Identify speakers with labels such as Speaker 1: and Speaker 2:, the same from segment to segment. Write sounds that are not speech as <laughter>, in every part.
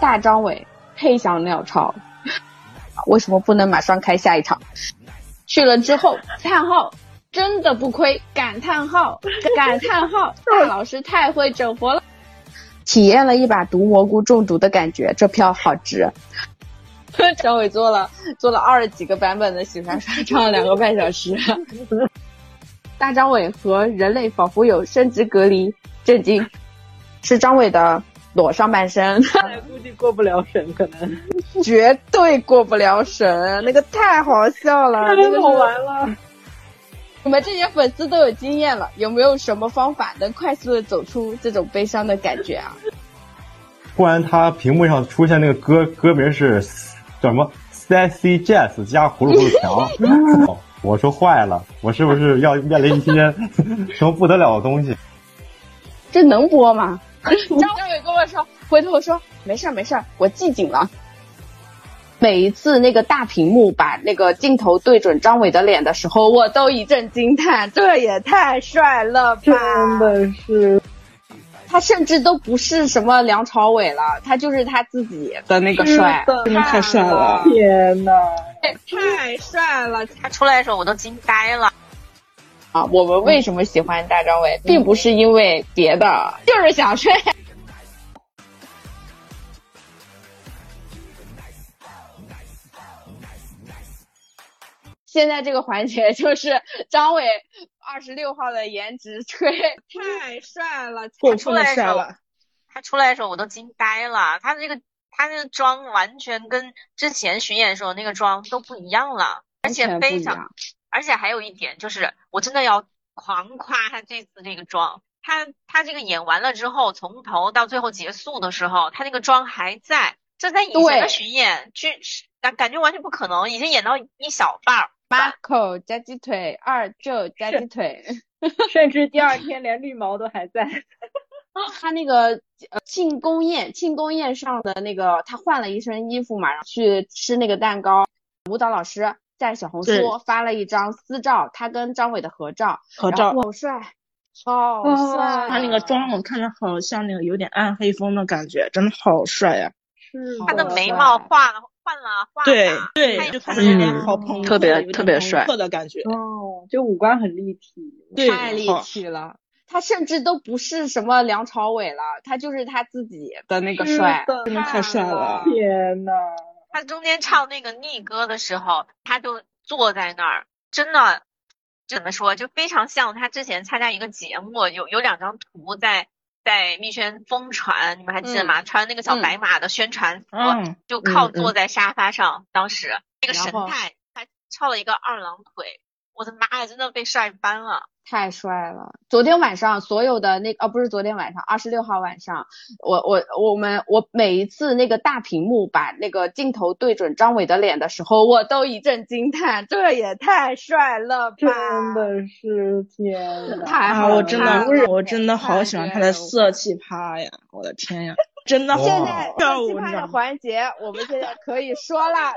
Speaker 1: 大张伟配上廖超，为什么不能马上开下一场？去了之后，叹号，真的不亏！感叹号，感叹 <laughs> 号，大老师太会整活了。体验了一把毒蘑菇中毒的感觉，这票好值。张伟做了做了二十几个版本的喜欢刷，唱了两个半小时。 <laughs> 大张伟和人类仿佛有生殖隔离，震惊！是张伟的裸上半身，
Speaker 2: 估计过不了审，可能
Speaker 1: 绝对过不了审，那个太好笑了，
Speaker 2: 太
Speaker 1: 那个
Speaker 2: 好
Speaker 1: 是
Speaker 2: 玩了。
Speaker 1: 你们这些粉丝都有经验了，有没有什么方法能快速的走出这种悲伤的感觉啊？
Speaker 3: 突然他屏幕上出现那个歌歌名是叫什么 Sexy Jazz 加葫芦葫芦瓢，哦我说坏了，我是不是要面临一些 <laughs> 什么不得了的东西？
Speaker 1: <laughs> 这能播吗？ <laughs> 张伟跟我说，回头我说没事儿没事儿，我记紧了。每一次那个大屏幕把那个镜头对准张伟的脸的时候，我都一阵惊叹，这也太帅了吧！
Speaker 2: 真的是，
Speaker 1: 他甚至都不是什么梁朝伟了，他就是他自己的那个帅，
Speaker 2: 是的
Speaker 1: 真的太帅了，
Speaker 2: 天呐，
Speaker 1: 太帅了！
Speaker 4: 他出来的时候我都惊呆了，
Speaker 1: 啊，我们为什么喜欢大张伟，并不是因为别的，就是想睡。 <laughs> 现在这个环节就是张伟二十六号的颜值吹，太帅了！
Speaker 4: 他出来的时候，他出来的时候我都惊呆了，他这个他这个妆完全跟之前巡演的时候那个妆都不一样了，而且非常。而且还有一点就是，我真的要狂夸他这次这个妆，他他这个演完了之后，从头到最后结束的时候，他那个妆还在，这在以前
Speaker 1: 对
Speaker 4: 的巡演去感感觉完全不可能，已经演到一小半儿。
Speaker 1: Marco 夹鸡腿，二舅夹鸡腿，
Speaker 2: 甚至第二天连绿毛都还在。
Speaker 1: 他那个呃庆功宴，庆功宴上的那个他换了一身衣服嘛，然后去吃那个蛋糕。舞蹈老师在小红书
Speaker 2: 对
Speaker 1: 发了一张私照，他跟张伟的合照，
Speaker 5: 合
Speaker 1: 然
Speaker 5: 照
Speaker 1: 后。好帅，好
Speaker 2: 哦
Speaker 1: 帅，
Speaker 5: 他那个妆我看着好像那个有点暗黑风的感觉，真的好帅呀、
Speaker 2: 是
Speaker 1: 他
Speaker 4: 他的
Speaker 1: 好
Speaker 4: 眉
Speaker 1: 帅
Speaker 4: 毛画了换了画
Speaker 5: 对
Speaker 4: 法
Speaker 5: 对，
Speaker 4: 太
Speaker 5: 就
Speaker 4: 帅
Speaker 5: 看着有
Speaker 2: 了
Speaker 5: 点好朋克，
Speaker 6: 特别
Speaker 5: 有点
Speaker 6: 特别帅
Speaker 5: 朋克的感觉，
Speaker 2: 哦，就五官很立体。
Speaker 5: 对，
Speaker 1: 太立
Speaker 5: 好
Speaker 1: 体了。他甚至都不是什么梁朝伟了，他就是他自己的那个
Speaker 2: 是
Speaker 1: 帅，
Speaker 2: 的
Speaker 5: 真的太帅了。
Speaker 2: 天呐，
Speaker 4: 他中间唱那个逆歌的时候，他就坐在那儿，真的怎么说，就非常像他之前参加一个节目，有有两张图在在蜜圈疯传，你们还记得吗？穿那个小白马的宣传服，
Speaker 5: 嗯，
Speaker 4: 就靠
Speaker 5: 嗯
Speaker 4: 坐在沙发上，当时那个
Speaker 1: 然
Speaker 4: 神
Speaker 1: 后
Speaker 4: 态，还翘了一个二郎腿，我的妈呀，真的被帅翻了。
Speaker 1: 太帅了！昨天晚上所有的那哦，不是昨天晚上，二十六号晚上，我我我们我每一次那个大屏幕把那个镜头对准张伟的脸的时候，我都一阵惊叹，这也太帅了吧！
Speaker 2: 真的是天呐，
Speaker 1: 太好
Speaker 5: 啊，
Speaker 1: 了
Speaker 5: 我真
Speaker 1: 太
Speaker 5: 的
Speaker 1: 好了，
Speaker 5: 我真的好喜欢他
Speaker 1: 太
Speaker 5: 的色气趴呀！我的天呀，真的好
Speaker 1: 现在
Speaker 5: 跳
Speaker 1: 奇
Speaker 5: 舞，
Speaker 1: 葩
Speaker 5: 你知
Speaker 1: 的
Speaker 5: 道吗？
Speaker 1: 环节，我们现在可以说了，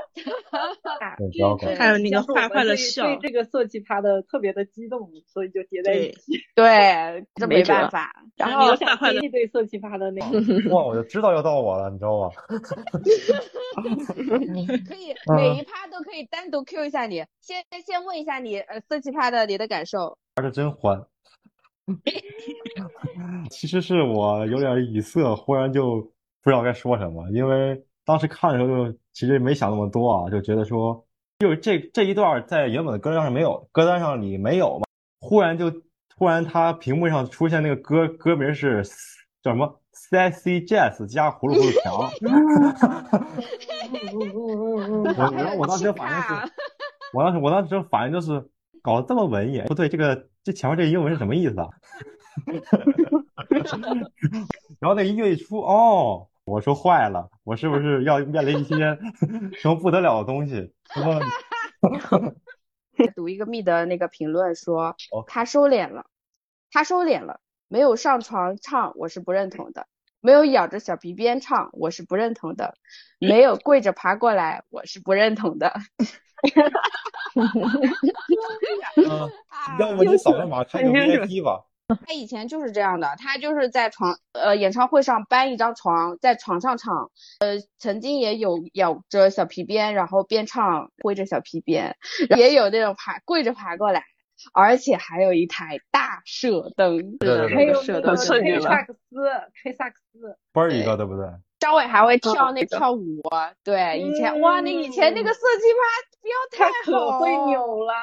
Speaker 3: 很糟糕。
Speaker 5: 还有那个
Speaker 2: 就是我们
Speaker 5: 坏坏的
Speaker 2: 对
Speaker 5: 笑
Speaker 2: 对这个色气趴的特别的激动，所以就叠在一
Speaker 5: 对
Speaker 2: 起。，
Speaker 1: 对，这没
Speaker 6: 没辙
Speaker 1: 办法。
Speaker 5: 然
Speaker 2: 我
Speaker 5: 后
Speaker 2: 想听一对色气趴的那个，
Speaker 3: 哇，我就知道要到我了，你知道吗？
Speaker 1: 可以每一趴都可以单独 Q 一下你，先先问一下你，呃，四七趴的你的感受。
Speaker 3: 其实是我有点语塞，忽然就不知道该说什么，因为当时看的时候就其实没想那么多啊，就觉得说，就是这这一段在原本的歌单上没有，歌单上你没有嘛，忽然就突然它屏幕上出现那个歌歌名是叫什么 Sexy Jazz 加葫芦葫芦瓢， <laughs> 我我我当时反应是， <laughs> 我当时我当时反应就是搞得这么文艺，不对，这个这前面这个英文是什么意思啊？ <laughs> 然后那音乐一出，哦，我说坏了，我是不是要面临一些 <laughs> 什么不得了的东西？ <laughs> 嗯什么
Speaker 1: 读一个蜜的那个评论说
Speaker 3: 哦，
Speaker 1: 他收敛了，他收敛了，没有上床唱，我是不认同的；没有咬着小鼻边唱，我是不认同的；没有跪着爬过来，我是不认同 <laughs> 的。
Speaker 3: 呃要不你扫个码看有 VIP 吧？
Speaker 1: 他以前就是这样的，他就是在床呃演唱会上搬一张床，在床上唱，呃，曾经也有咬着小皮鞭，然后边唱挥着小皮鞭，也有那种爬跪着爬过来，而且还有一台大射灯，
Speaker 3: 对对对
Speaker 2: 还有
Speaker 1: 射
Speaker 2: 那
Speaker 1: 灯
Speaker 2: 个
Speaker 5: 射进去
Speaker 2: 吹
Speaker 5: 了
Speaker 2: 萨克斯，吹萨克斯，
Speaker 3: 倍儿一个，对不对？
Speaker 1: 张伟还会跳那
Speaker 5: 嗯
Speaker 1: 跳舞，啊对，以前、哇，你以前那个色情
Speaker 2: 他
Speaker 1: 趴不要太
Speaker 2: 可
Speaker 1: 好，
Speaker 2: 会扭了。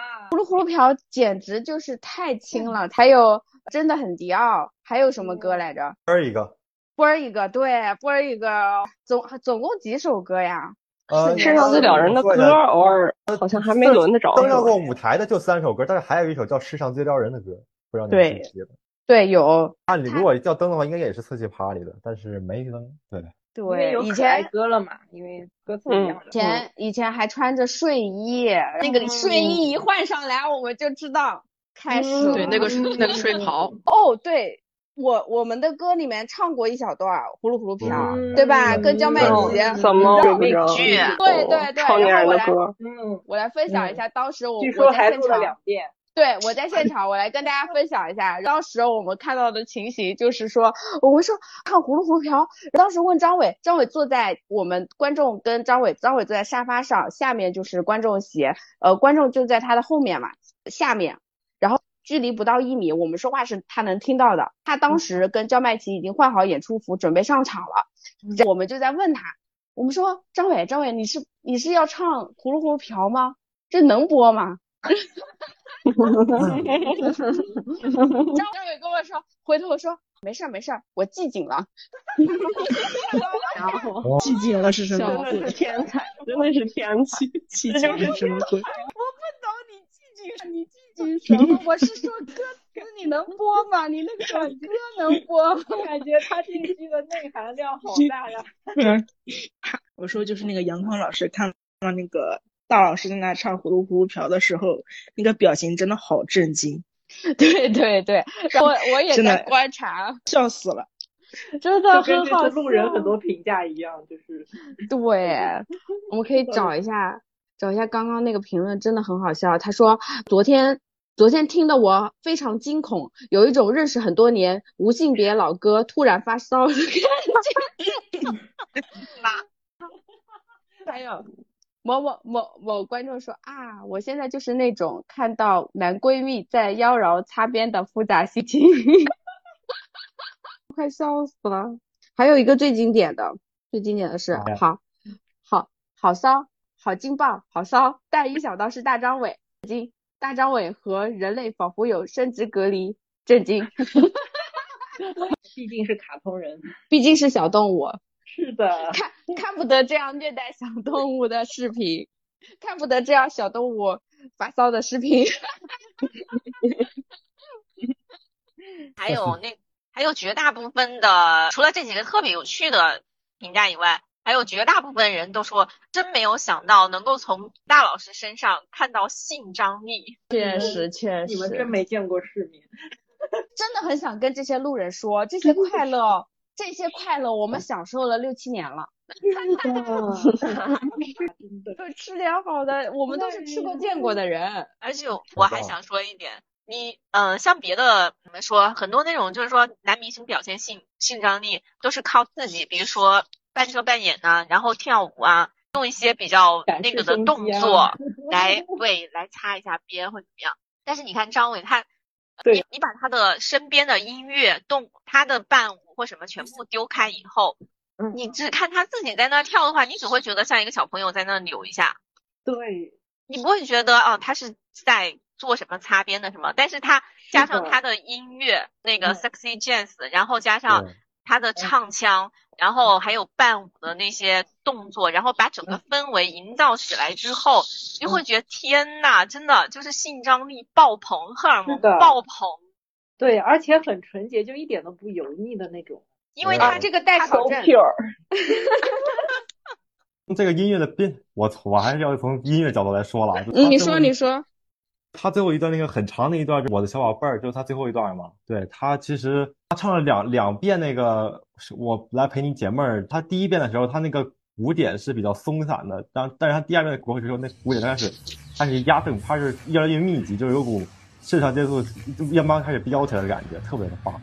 Speaker 1: 简直就是太轻 <laughs> 了。还有真的很迪奥，还有什么歌来着？
Speaker 3: 倍儿一个。
Speaker 1: 波儿一个，对，波儿一个，总总共几首歌呀？
Speaker 3: 呃，
Speaker 6: 身上最撩人的
Speaker 3: 说一
Speaker 6: 歌，
Speaker 3: 下
Speaker 6: 偶尔好像还没轮得着。
Speaker 3: 登上过舞台的就三首歌，但是还有一首叫《世上最撩人的歌》，不知道你们记
Speaker 5: 对
Speaker 3: 不记得？
Speaker 1: 对，有，
Speaker 3: 按理如果要登的话，应该也是刺激趴里的，但是没登。对，
Speaker 2: 因为
Speaker 1: 对，
Speaker 2: 有
Speaker 1: 以
Speaker 2: 可爱
Speaker 1: 前嗯
Speaker 2: 歌了嘛，因为歌词一样
Speaker 1: 以
Speaker 2: 的。
Speaker 1: 前以前还穿着睡衣，那个睡衣一换上来，我们就知道开始了。
Speaker 6: 对，那个
Speaker 5: 嗯
Speaker 6: 那个睡袍，
Speaker 1: 哦，对我我们的歌里面唱过一小段儿《葫芦葫芦瓢》，
Speaker 3: 嗯
Speaker 1: 对吧？跟焦
Speaker 2: 嗯
Speaker 1: 麦
Speaker 2: 嗯
Speaker 1: 琪，
Speaker 6: 怎么
Speaker 1: 绕
Speaker 6: 追不着？
Speaker 4: 剧
Speaker 1: 对对对
Speaker 6: 超女人的
Speaker 1: 然后
Speaker 6: 歌，
Speaker 2: 嗯，
Speaker 1: 我来分享一下，当时我
Speaker 2: 据
Speaker 1: 我
Speaker 2: 说还
Speaker 1: 在现
Speaker 2: 录了
Speaker 1: 场，
Speaker 2: 两 <laughs> 遍。
Speaker 1: 对我在现场，我来跟大家分享一下，当时我们看到的情形就是说，我们说看葫芦葫芦瓢，当时问张伟，张伟坐在我们观众跟张伟，张伟坐在沙发上，下面就是观众席，呃，观众就在他的后面嘛，下面，然后距离不到一米，我们说话是他能听到的。他当时跟焦麦琪已经换好演出服，准备上场了，然后我们就在问他，我们说张伟，张伟，你是你是要唱葫芦葫芦瓢吗？这能播吗？
Speaker 2: 嗯
Speaker 1: 嗯张张伟跟我说，回头我说没事儿没事儿，我记紧了。
Speaker 6: 然
Speaker 2: <laughs>
Speaker 6: 后
Speaker 5: 季节了是什么
Speaker 6: 真的是天才，真的是天才，
Speaker 5: 季节是什么鬼？
Speaker 1: 懂你记句，你记句什么？我是说歌词你能播吗？你那个首歌能播吗？
Speaker 2: 我感觉他这一期的内涵量好大 <laughs> 呀！
Speaker 5: <laughs> 我说就是那个杨康老师看到那个大老师在那唱《葫芦葫芦瓢》的时候，那个表情真的好震惊，
Speaker 1: <laughs> 对对对，我我也
Speaker 5: 真
Speaker 1: 在
Speaker 5: 的
Speaker 1: 观察，
Speaker 5: 笑死了。
Speaker 1: 真
Speaker 2: 就
Speaker 1: 的
Speaker 2: 跟
Speaker 1: 很
Speaker 2: 这
Speaker 1: 好
Speaker 2: 次路人
Speaker 1: 笑
Speaker 2: 很多评价一样，就是
Speaker 1: <laughs>
Speaker 2: 呃
Speaker 1: 对，我们可以找一下，找一下刚刚那个评论，真的很好笑。他说昨天昨天听得我非常惊恐，有一种认识很多年无性别老哥突然发烧的感觉。 <laughs> 还有某某某某观众说啊，我现在就是那种看到男闺蜜在妖娆擦边的复杂心情， <laughs> 快笑死了。还有一个最经典的，最经典的是
Speaker 3: 好呀
Speaker 1: 好，好，好骚，好劲爆，好骚，但一想到是大张伟，震惊，大张伟和人类仿佛有生殖隔离，震惊，
Speaker 2: 毕竟是卡通人。
Speaker 1: 毕竟是小动物，
Speaker 2: 是的，
Speaker 1: 看看不得这样虐待小动物的视频，看不得这样小动物发骚的视频。
Speaker 4: 还有那还有绝大部分的，除了这几个特别有趣的评价以外，还有绝大部分人都说真没有想到能够从大老师身上看到性张力。
Speaker 1: 确实，确
Speaker 2: 你们真没见过世面。
Speaker 1: 真的很想跟这些路人说，这些快乐，这些快乐，
Speaker 2: 嗯
Speaker 1: 我们享受了六七年了，
Speaker 2: <laughs> 真的，
Speaker 1: 就吃点好的，我们都是吃过见过的人。
Speaker 4: 而且我还想说一点，你嗯、呃像别的怎么说，很多那种就是说男明星表现性性张力都是靠自己，比如说扮遮扮掩呐、然后跳舞啊，用一些比较
Speaker 2: 展
Speaker 4: 那
Speaker 2: 示
Speaker 4: 个的
Speaker 2: 胸
Speaker 4: 动
Speaker 2: 肌啊
Speaker 4: 作、
Speaker 2: <laughs>
Speaker 4: 来为来擦一下边或怎么样。但是你看张伟他，
Speaker 2: 对
Speaker 4: 你你把他的身边的音乐动他的伴舞或什么全部丢开以后，
Speaker 2: 嗯
Speaker 4: 你只看他自己在那儿跳的话，你只会觉得像一个小朋友在那儿扭一下，
Speaker 2: 对，
Speaker 4: 你不会觉得哦他是在做什么擦边的什么。但是他加
Speaker 2: 是
Speaker 4: 上
Speaker 2: 的
Speaker 4: 他的音乐那个
Speaker 2: 嗯
Speaker 4: sexy jazz，、然后加上
Speaker 3: 对
Speaker 4: 他
Speaker 7: 嗯
Speaker 4: 的唱腔，然后还有伴舞的那些动作，然后把整
Speaker 7: 嗯
Speaker 4: 个氛围营造起来之后，你就会觉得天呐，真的就是性张力爆棚，荷尔蒙
Speaker 2: 是的
Speaker 4: 爆棚，
Speaker 2: 对，而且很纯洁，就一点都不油腻的那种。
Speaker 4: 因为
Speaker 7: 啊
Speaker 3: 嗯
Speaker 4: 他
Speaker 1: 这个待考证，
Speaker 6: pure，
Speaker 3: 这个音乐的编，我操我还是要从音乐角度来说了。啊就他
Speaker 1: 嗯，你
Speaker 3: 这
Speaker 1: 说
Speaker 3: 么
Speaker 1: 你说，
Speaker 3: 他最后一段那个很长的一段，我的小宝贝儿，就是他最后一段嘛。对他其实他唱了两两遍那个是我来陪你解闷儿。他第一遍的时候，他那个鼓点是比较松散的，但但是他第二遍的鼓的时候，那鼓点开始开始压这鼓拍是越来越密集，就是有股市场接触夜班开始飙起来的感觉，特别的棒。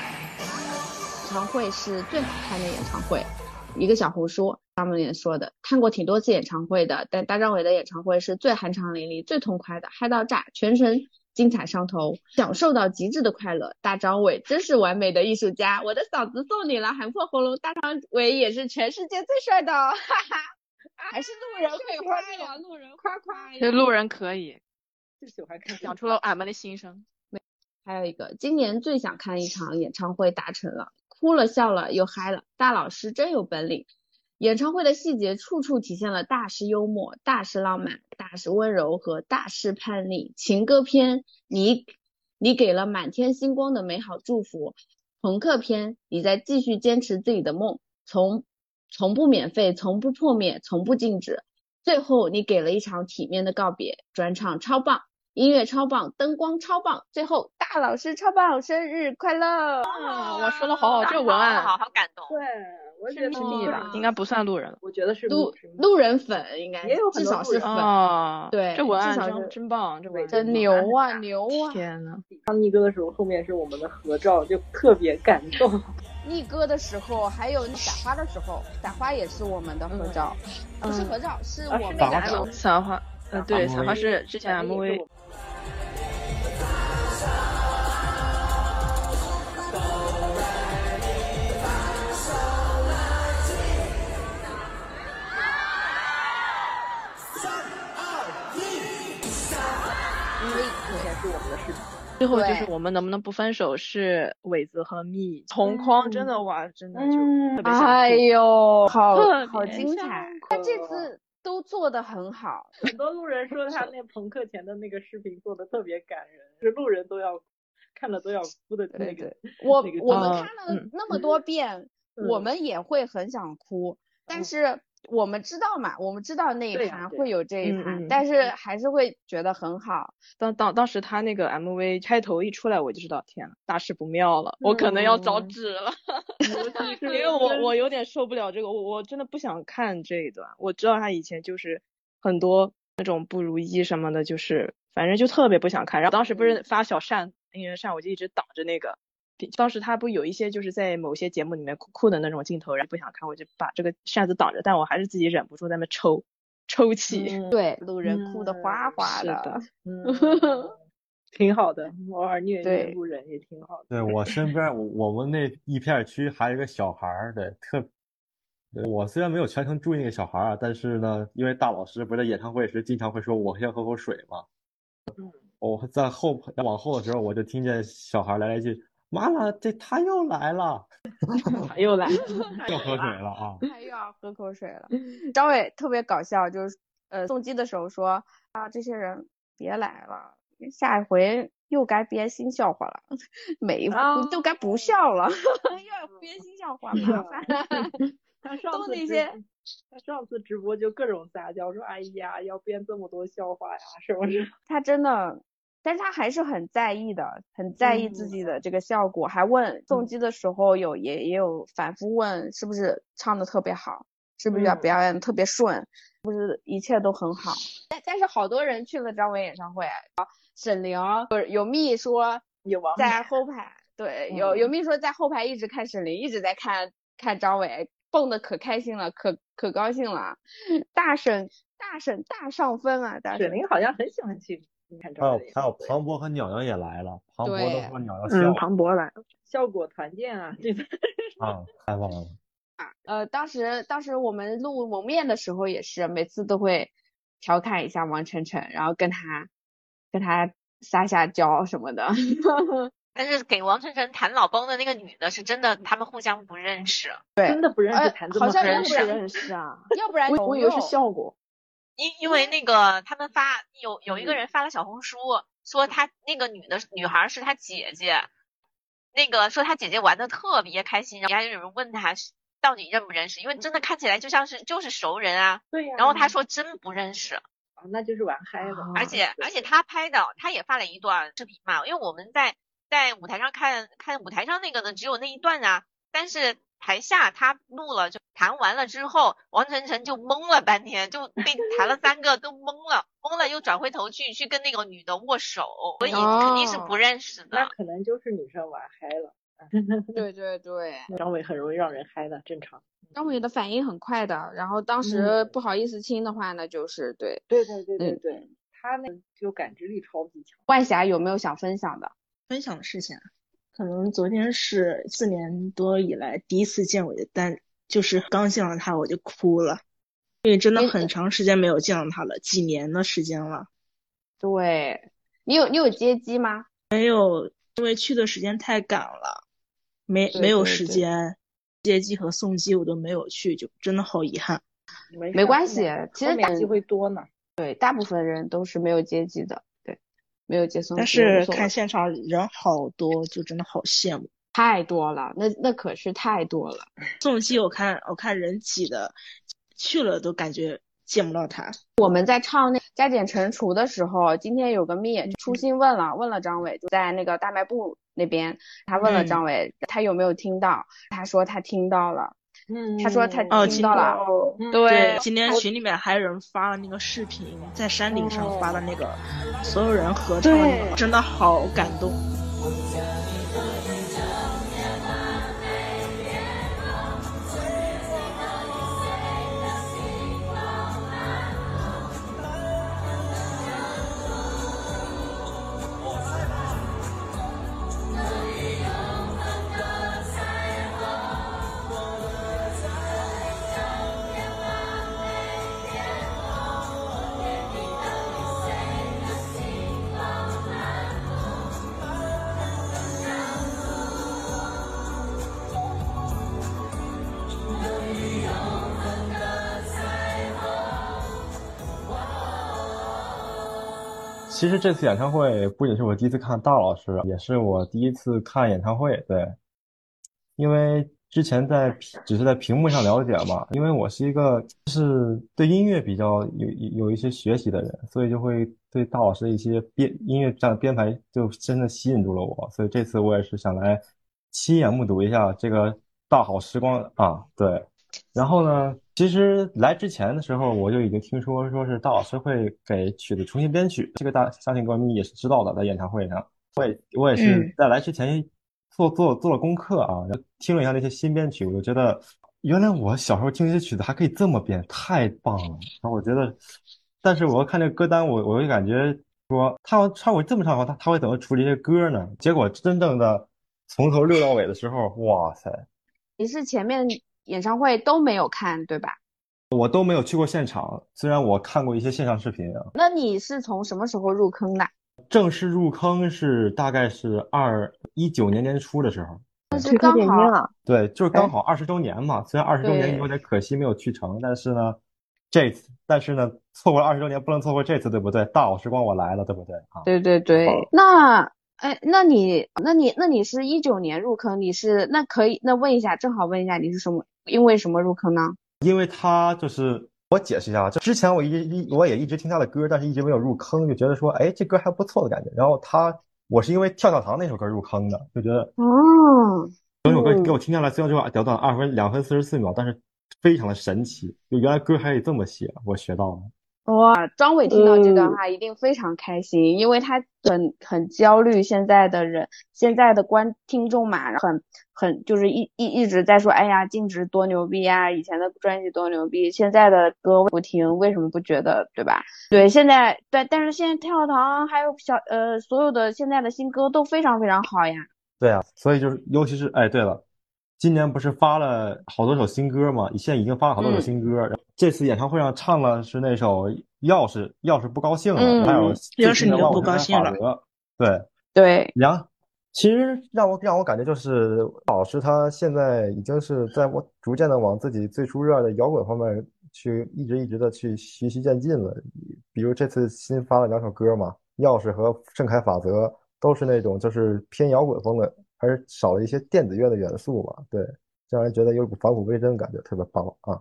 Speaker 1: 演唱会是最好看的演唱会。一个小红书上面也说的，看过挺多次演唱会的，但大张伟的演唱会是最酣畅淋漓、最痛快的，嗨到炸，全程精彩上头，享受到极致的快乐。大张伟真是完美的艺术家，我的嫂子送你了，喊破喉咙，大张伟也是全世界最帅的、哦，哈哈，还是路人可以夸呀，路人夸夸呀，
Speaker 7: 这路人可以
Speaker 2: 就喜欢看
Speaker 7: 讲出了俺们的心声。
Speaker 1: 还有一个，今年最想看一场演唱会达成了，哭了笑了又嗨了，大老师真有本领。演唱会的细节处处体现了大师幽默、大师浪漫、大师温柔和大师叛逆。情歌篇，你你给了满天星光的美好祝福；朋克篇，你在继续坚持自己的梦，从从不免费，从不破灭，从不静止。最后，你给了一场体面的告别，转场超棒。音乐超棒，灯光超棒，最后大老师超棒，生日快乐！
Speaker 7: 啊，我说的好好，这个文
Speaker 4: <laughs>
Speaker 7: 案
Speaker 4: 好好感动。
Speaker 2: 对，我觉得
Speaker 7: 是密吧，应该不算路人了，
Speaker 2: 我觉得是
Speaker 1: 路
Speaker 2: 是
Speaker 1: 路人粉，应该
Speaker 2: 也有
Speaker 1: 至
Speaker 2: 很多
Speaker 1: 少是
Speaker 2: 路
Speaker 1: 粉
Speaker 2: 人。
Speaker 7: 啊。
Speaker 1: 对
Speaker 7: 这文
Speaker 1: 至
Speaker 7: 案
Speaker 1: 少是
Speaker 7: 真真棒，这文案
Speaker 2: 对
Speaker 1: 真
Speaker 7: 棒
Speaker 1: 牛啊，牛啊！
Speaker 7: <laughs> 天呐，
Speaker 2: 唱逆歌的时候，后面是我们的合照，就特别感动。
Speaker 1: 逆歌的时候，还有撒花的时候，撒花也是我们的合照，不是合照，是我们的
Speaker 2: 啊是
Speaker 1: MV
Speaker 7: 散花，呃，对，
Speaker 3: MV
Speaker 7: 散花是之前 MV
Speaker 2: 之前是我们的视频，
Speaker 7: 最后就
Speaker 1: 对
Speaker 7: 是我们能不能不分手是伟子和蜜同框，真的哇，真的就
Speaker 2: 嗯
Speaker 7: 特别想哭
Speaker 1: 哎呦，好
Speaker 7: 特别
Speaker 1: 好精
Speaker 7: 想
Speaker 1: 彩！
Speaker 7: 哭
Speaker 1: 他这次都做得很好，
Speaker 2: 很多路人说他那朋克前的那个视频做的特别感人，是路人都要看了都要哭的那
Speaker 1: 对
Speaker 2: 个
Speaker 1: 对。，我
Speaker 2: 那个
Speaker 1: 我
Speaker 7: 地
Speaker 1: 们
Speaker 7: 方
Speaker 1: 看了
Speaker 7: 嗯
Speaker 1: 那么多遍，
Speaker 2: 嗯
Speaker 1: 我们也会很想哭，但
Speaker 2: 嗯
Speaker 1: 是我们知道嘛，我们知道那一
Speaker 2: 对呀
Speaker 1: 盘
Speaker 2: 对
Speaker 1: 会有这一
Speaker 7: 嗯
Speaker 1: 盘，
Speaker 7: 嗯
Speaker 1: 但是还是会觉得很好。
Speaker 7: 当当当时他那个 MV 开头一出来，我就知道，天呐，大事不妙了，我可能要遭
Speaker 1: 嗯
Speaker 7: 指了，
Speaker 2: 尤其
Speaker 7: 因
Speaker 2: 是
Speaker 7: 为我我有点受不了这个，我我真的不想看这一段。我知道他以前就是很多那种不如意什么的，就是反正就特别不想看。然后当时不是发小扇应援扇，我就一直挡着那个。当时他不有一些就是在某些节目里面酷酷的那种镜头，然后不想看，我就把这个扇子挡着，但我还是自己忍不住在那抽抽泣。
Speaker 1: 对，路人哭得哗哗
Speaker 7: 是的，
Speaker 2: 嗯挺好的，偶尔虐一虐
Speaker 1: 对
Speaker 2: 路人也挺好的。
Speaker 3: 对我身边，我我们那一片区还有一个小孩儿，对，特，对我虽然没有全程注意那个小孩儿啊，但是呢，因为大老师不是在演唱会时经常会说我先喝口水嘛，我在后往后的时候，我就听见小孩儿来了一句：“妈了，这他又来了，
Speaker 7: 又来，，
Speaker 3: 又喝水了啊
Speaker 1: 他又要喝口水了。张伟特别搞笑，就是呃送机的时候说啊，这些人别来了，下一回又该编新笑话了， <laughs> 每一回
Speaker 2: 哦
Speaker 1: 都该不笑了， <laughs> 又要编新笑话，麻烦。
Speaker 2: 他上
Speaker 1: 都
Speaker 2: 次
Speaker 1: 那
Speaker 2: 直
Speaker 1: 些
Speaker 2: 他上次直播就各种撒娇，说哎呀，要编这么多笑话呀，什么什么。
Speaker 1: 他真的，但是他还是很在意的，很在意自己的这个效果，还问送机的时候有也也有反复问是不是唱的特别好，是不是要
Speaker 2: 嗯
Speaker 1: 表演得特别顺，是不是一切都很好。但但是好多人去了张伟演唱会，沈凌有有蜜说
Speaker 2: 有网友
Speaker 1: 在后排，对，有有蜜说在后排一直看沈凌，一直在看看张伟，蹦的可开心了，可可高兴了， <laughs> 大沈大沈大上分啊，大
Speaker 2: 沈
Speaker 1: 沈。
Speaker 2: 凌好像很喜欢去看！”
Speaker 3: 还
Speaker 2: 张
Speaker 3: 有
Speaker 2: 伟的演
Speaker 3: 还
Speaker 2: 唱
Speaker 3: 有
Speaker 2: 会，
Speaker 3: 庞博和鸟鸟也来了，庞博都
Speaker 1: 对
Speaker 3: 说鸟鸟
Speaker 6: 嗯，
Speaker 3: 笑
Speaker 6: 庞博来了，
Speaker 2: 效果团建啊，这个
Speaker 3: 啊，太棒了。
Speaker 1: 呃，当时当时我们录蒙面的时候也是，每次都会调侃一下王晨晨，然后跟他跟他撒撒娇什么的。
Speaker 4: 但是给王晨晨弹老崩的那个女的是真的，他们互相不认识，
Speaker 2: 真的不认识
Speaker 1: 呃
Speaker 2: 谭子
Speaker 1: 好
Speaker 2: 吗
Speaker 1: 像
Speaker 2: 人哦
Speaker 1: 认识
Speaker 4: 是
Speaker 6: 认识啊，
Speaker 1: 要不然
Speaker 6: 我我以为是效果，
Speaker 4: 因因为那个他们发有有一个人发了小红书，说他那个女的女孩是他姐姐，那个说他姐姐玩的特别开心，然后人家就有人问他是到底认不认识，因为真的看起来就像是就是熟人啊，
Speaker 2: 对呀、
Speaker 4: 然后他说真不认识，
Speaker 2: 啊那就是玩嗨了，
Speaker 4: 而且而且他拍的，他也发了一段视频嘛，因为我们在在舞台上看看舞台上那个的只有那一段啊，但是台下他录了，就弹完了之后，王晨晨就懵了半
Speaker 2: <laughs>
Speaker 4: 天，就被弹了三个都懵了，懵了又转回头去去跟那个女的握手，所以肯定是不认识
Speaker 2: <laughs>
Speaker 4: 的。
Speaker 2: 哦那可能就是女生玩嗨了。
Speaker 1: 对对对，
Speaker 2: 张伟很容易让人嗨的，正常。
Speaker 1: 张伟的反应很快的，然后当时不好意思亲的话呢，就是对。
Speaker 2: 对对对对
Speaker 1: 嗯
Speaker 2: 对，他那就感知力超级强。
Speaker 1: 万霞有没有想分享的？
Speaker 5: 分享的事情啊，可能昨天是四年多以来第一次见伟，但就是刚见到他我就哭了，因为真
Speaker 1: 哎
Speaker 5: 的很长时间没有见到他了，几年的时间了。
Speaker 1: 对你有你有接机吗？
Speaker 5: 因为去的时间太赶了，没
Speaker 1: 对
Speaker 5: 没有
Speaker 1: 对
Speaker 5: 时
Speaker 1: 对
Speaker 5: 间接机和送机我都没有去，就真的好遗憾。
Speaker 2: 没
Speaker 1: 没
Speaker 2: 事
Speaker 1: 关
Speaker 2: 后
Speaker 1: 系
Speaker 2: 面，
Speaker 1: 其
Speaker 2: 后
Speaker 1: 实嗯大
Speaker 2: 面机会多呢。
Speaker 1: 对大部分人都是没有接机的，对，没有接送机。嗯
Speaker 5: 但
Speaker 1: 无
Speaker 5: 是
Speaker 1: 所谓
Speaker 5: 看现场人好多，就真的好羡慕。
Speaker 1: 太多了，那那可是太多了。
Speaker 5: 送机我看我看人挤的，去了都感觉见不到他。
Speaker 1: 我们在唱那《加减乘除》的时候，今天有个蜜也初心问了，问了张伟，就在那个大卖部那边，他问了
Speaker 5: 嗯
Speaker 1: 张伟，他有没有听到？他说他听到了，
Speaker 2: 嗯
Speaker 1: 他说他
Speaker 5: 哦
Speaker 1: 听
Speaker 5: 听
Speaker 1: 到了，
Speaker 2: 嗯
Speaker 5: 对
Speaker 1: 对，
Speaker 5: 今天群里面还有人发了那个视频，在山顶上发的那
Speaker 2: 哦
Speaker 5: 个，所有人合唱的那个，真的好感动。
Speaker 3: 其实这次演唱会不仅是我第一次看大老师，也是我第一次看演唱会。对，因为之前在屏只是在屏幕上了解嘛，因为我是一个就是对音乐比较有有有一些学习的人，所以就会对大老师的一些编音乐上的编排就真的吸引住了我。所以这次我也是想来亲眼目睹一下这个大好时光啊，对。然后呢，其实来之前的时候，我就已经听说，说是大老师会给曲子重新编曲，这个大相信歌迷也是知道的，在演唱会上，我也我也是
Speaker 5: 嗯
Speaker 3: 在来之前做做做了功课啊，然后听了一下那些新编曲，我就觉得原来我小时候听这些曲子还可以这么编，太棒了。然后我觉得，但是我要看这个歌单，我我就感觉说他要他我这么唱的话，他他会怎么处理这些歌呢？结果真正的从头溜到尾的时候，哇塞！
Speaker 1: 你是前面演唱会都没有看对吧？
Speaker 3: 我都没有去过现场，虽然我看过一些线上视频啊。
Speaker 1: 那你是从什么时候入坑的？
Speaker 3: 正式入坑是大概是二一九年年初的时候，
Speaker 1: 那是
Speaker 6: 去看
Speaker 1: 刚
Speaker 6: 点
Speaker 1: 好
Speaker 6: 映啊，
Speaker 3: 对，就是刚好二十周年嘛。虽然二十周年
Speaker 1: 对
Speaker 3: 有点可惜没有去成，但是呢，这次但是呢，错过了二十周年不能错过这次，对不对？大好时光我来了，对不对啊？
Speaker 1: 对对对
Speaker 3: 好，
Speaker 1: 那哎，那你那你那你是一九年入坑，你是那可以那问一下，正好问一下你是什么，因为什么入坑呢？
Speaker 3: 因为他就是我解释一下，啊，就之前我一直一我也一直听他的歌，但是一直没有入坑，就觉得说，哎，这歌还不错的感觉。然后他我是因为跳跳糖那首歌入坑的，就觉得
Speaker 1: 哦，
Speaker 3: 整首歌
Speaker 5: 嗯
Speaker 3: 给我听下来，虽然就短短二分两分四十四秒，但是非常的神奇。就原来歌还可以这么写，我学到了。
Speaker 1: 哇，张伟听到这段话一定非常开心，因为他很很焦虑，现在的人现在的观听众嘛，很很就是一一一直在说，哎呀，净值多牛逼呀，以前的专辑多牛逼，现在的歌不听，为什么不觉得，对吧？对，现在对，但是现在跳糖还有小呃所有的现在的新歌都非常非常好呀。
Speaker 3: 对啊，所以就是，尤其是哎，对了，今年不是发了好多首新歌嘛？现在已经发了好多首
Speaker 1: 嗯
Speaker 3: 新歌。然后这次演唱会上唱了是那首《钥匙》，钥匙不高兴了，
Speaker 1: 嗯
Speaker 3: 还有最
Speaker 5: 钥匙
Speaker 3: 新的
Speaker 5: 你就
Speaker 3: 万
Speaker 5: 不
Speaker 3: 物生
Speaker 5: 高
Speaker 3: 开
Speaker 5: 兴
Speaker 3: 法
Speaker 5: 了
Speaker 3: 则。对，
Speaker 1: 对，
Speaker 3: 然其实让我让我感觉就是老师他现在已经是在我逐渐的往自己最初热爱的摇滚方面去一直一直的去循序渐进了。比如这次新发了两首歌嘛，《钥匙》和《盛开法则》都是那种就是偏摇滚风的，还是少了一些电子乐的元素嘛。对，让人觉得有股返璞归真的感觉，特别棒啊！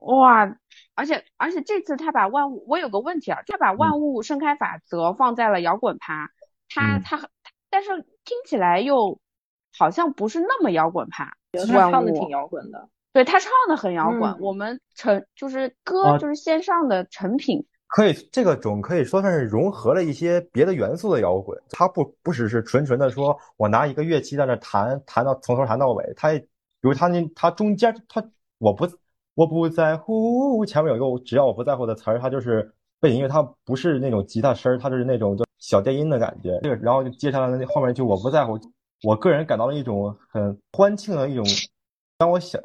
Speaker 1: 哇，而且而且这次他把万物，我有个问题啊，他把万物盛开法则放在了摇滚趴，他
Speaker 3: 嗯
Speaker 1: 他但是听起来又好像不是那么摇滚派。
Speaker 2: 觉得
Speaker 1: 万
Speaker 2: 他唱的
Speaker 1: 物
Speaker 2: 挺摇滚的，
Speaker 1: 对他唱的很摇滚，
Speaker 2: 嗯
Speaker 1: 我们成就是歌、
Speaker 3: 啊
Speaker 1: 就是线上的成品，
Speaker 3: 可以，这个种可以说是融合了一些别的元素的摇滚，它不不只是纯纯的说我拿一个乐器在那弹，弹到从头弹到尾。它也比如它那它中间它我不我不在乎前面有一个只要我不在乎的词儿，它就是背景音乐，它不是那种吉他声儿，它就是那种就小电音的感觉。这个然后就接下来那后面就我不在乎，我个人感到了一种很欢庆的一种，让我想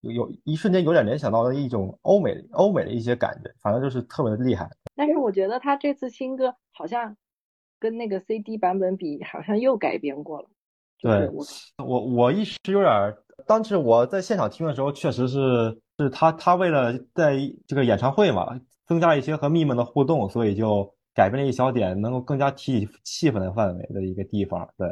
Speaker 3: 有有一瞬间有点联想到了一种欧美欧美的一些感觉，反正就是特别的厉害。
Speaker 2: 但是我觉得他这次新歌好像跟那个 CD 版本比，好像又改编过了。就是
Speaker 3: 对
Speaker 2: 我
Speaker 3: 我我一时有点儿，当时我在现场听的时候，确实是是他他为了在这个演唱会嘛，增加一些和蜜们的互动，所以就改变了一小点，能够更加提起气氛的范围的一个地方。对，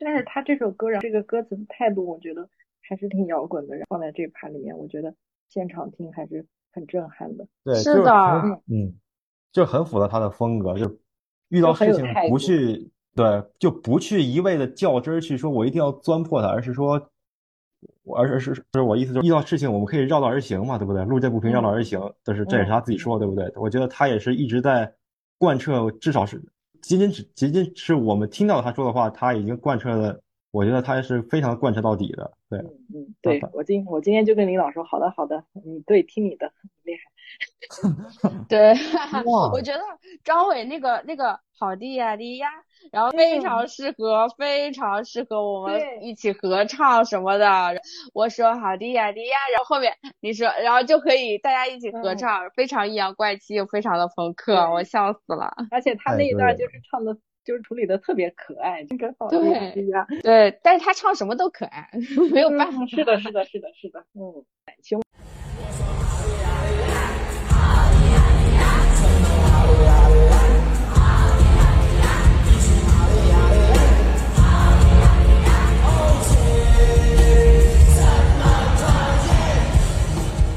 Speaker 2: 但是他这首歌，然后这个歌词的态度，我觉得还是挺摇滚的。然后放在这盘里面，我觉得现场听还是很震撼的。
Speaker 3: 对，
Speaker 1: 是
Speaker 3: 就是
Speaker 1: 的
Speaker 3: 很嗯，就是很符合他的风格，就是遇到
Speaker 2: 就很
Speaker 3: 事
Speaker 2: 有
Speaker 3: 情
Speaker 2: 态度
Speaker 3: 不去对，就不去一味的较真儿去说我一定要钻破它，而是说，我而是就是我意思就是遇到事情我们可以绕道而行嘛，对不对？路见不平绕道而行，但是这也是他自己说的，对不对？我觉得他也是一直在贯彻，至少是仅仅只仅仅是我们听到他说的话，他已经贯彻了，我觉得他是非常贯彻到底的，对。
Speaker 2: 嗯嗯，对
Speaker 3: 好的
Speaker 2: 我今我今天就跟领导说，好的好的，你对，听你的，很厉害。
Speaker 1: 对， <laughs>
Speaker 3: 哇
Speaker 2: 哦
Speaker 1: 我觉得张伟那个那个好的呀的呀，然后非常适合，非常适合我们
Speaker 2: 对
Speaker 1: 一起合唱什么的。我说好的呀的呀，然后后面你说，然后就可以大家一起合
Speaker 2: 嗯
Speaker 1: 唱，非常阴阳怪气，又非常的朋克，
Speaker 2: 对
Speaker 1: 我笑死了。 <laughs>
Speaker 2: 而且他
Speaker 3: 太
Speaker 2: 那一
Speaker 3: 哎对
Speaker 2: 段
Speaker 3: 了
Speaker 2: 就是唱的，就是处理的特别可爱，这个好
Speaker 1: 对
Speaker 2: 哎呀，
Speaker 1: 对，但是他唱什么都可爱， <laughs> 没有办法。
Speaker 2: <laughs> 嗯，是的，是的，是的，是的，嗯，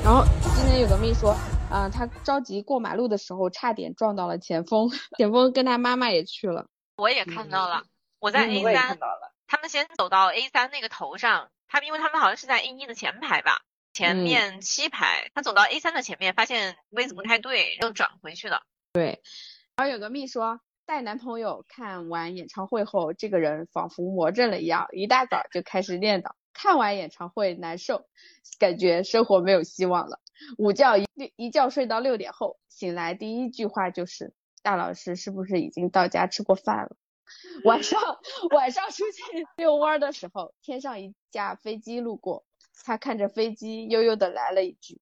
Speaker 1: 然后今天有个蜜说，啊、他着急过马路的时候差点撞到了前锋， <laughs> 前锋跟他妈妈也去了。
Speaker 4: 我也看到了，我在
Speaker 2: 嗯
Speaker 4: A
Speaker 2: 我也
Speaker 4: 三
Speaker 2: 看到了，
Speaker 4: 他们先走到 A 三那个头上，他们因为他们好像是在 A 一的前排吧，前
Speaker 1: 嗯
Speaker 4: 面七排，他走到 A 三的前面，发现位置不太对，又转回去了。
Speaker 1: 然后有个蜜说，带男朋友看完演唱会后，这个人仿佛魔怔了一样，一大早就开始念叨，看完演唱会难受，感觉生活没有希望了。午觉一一觉睡到六点后，醒来第一句话就是：大老师是不是已经到家吃过饭了？晚上晚上出去遛弯儿的时候，天上一架飞机路过，他看着飞机悠悠的来了一句：“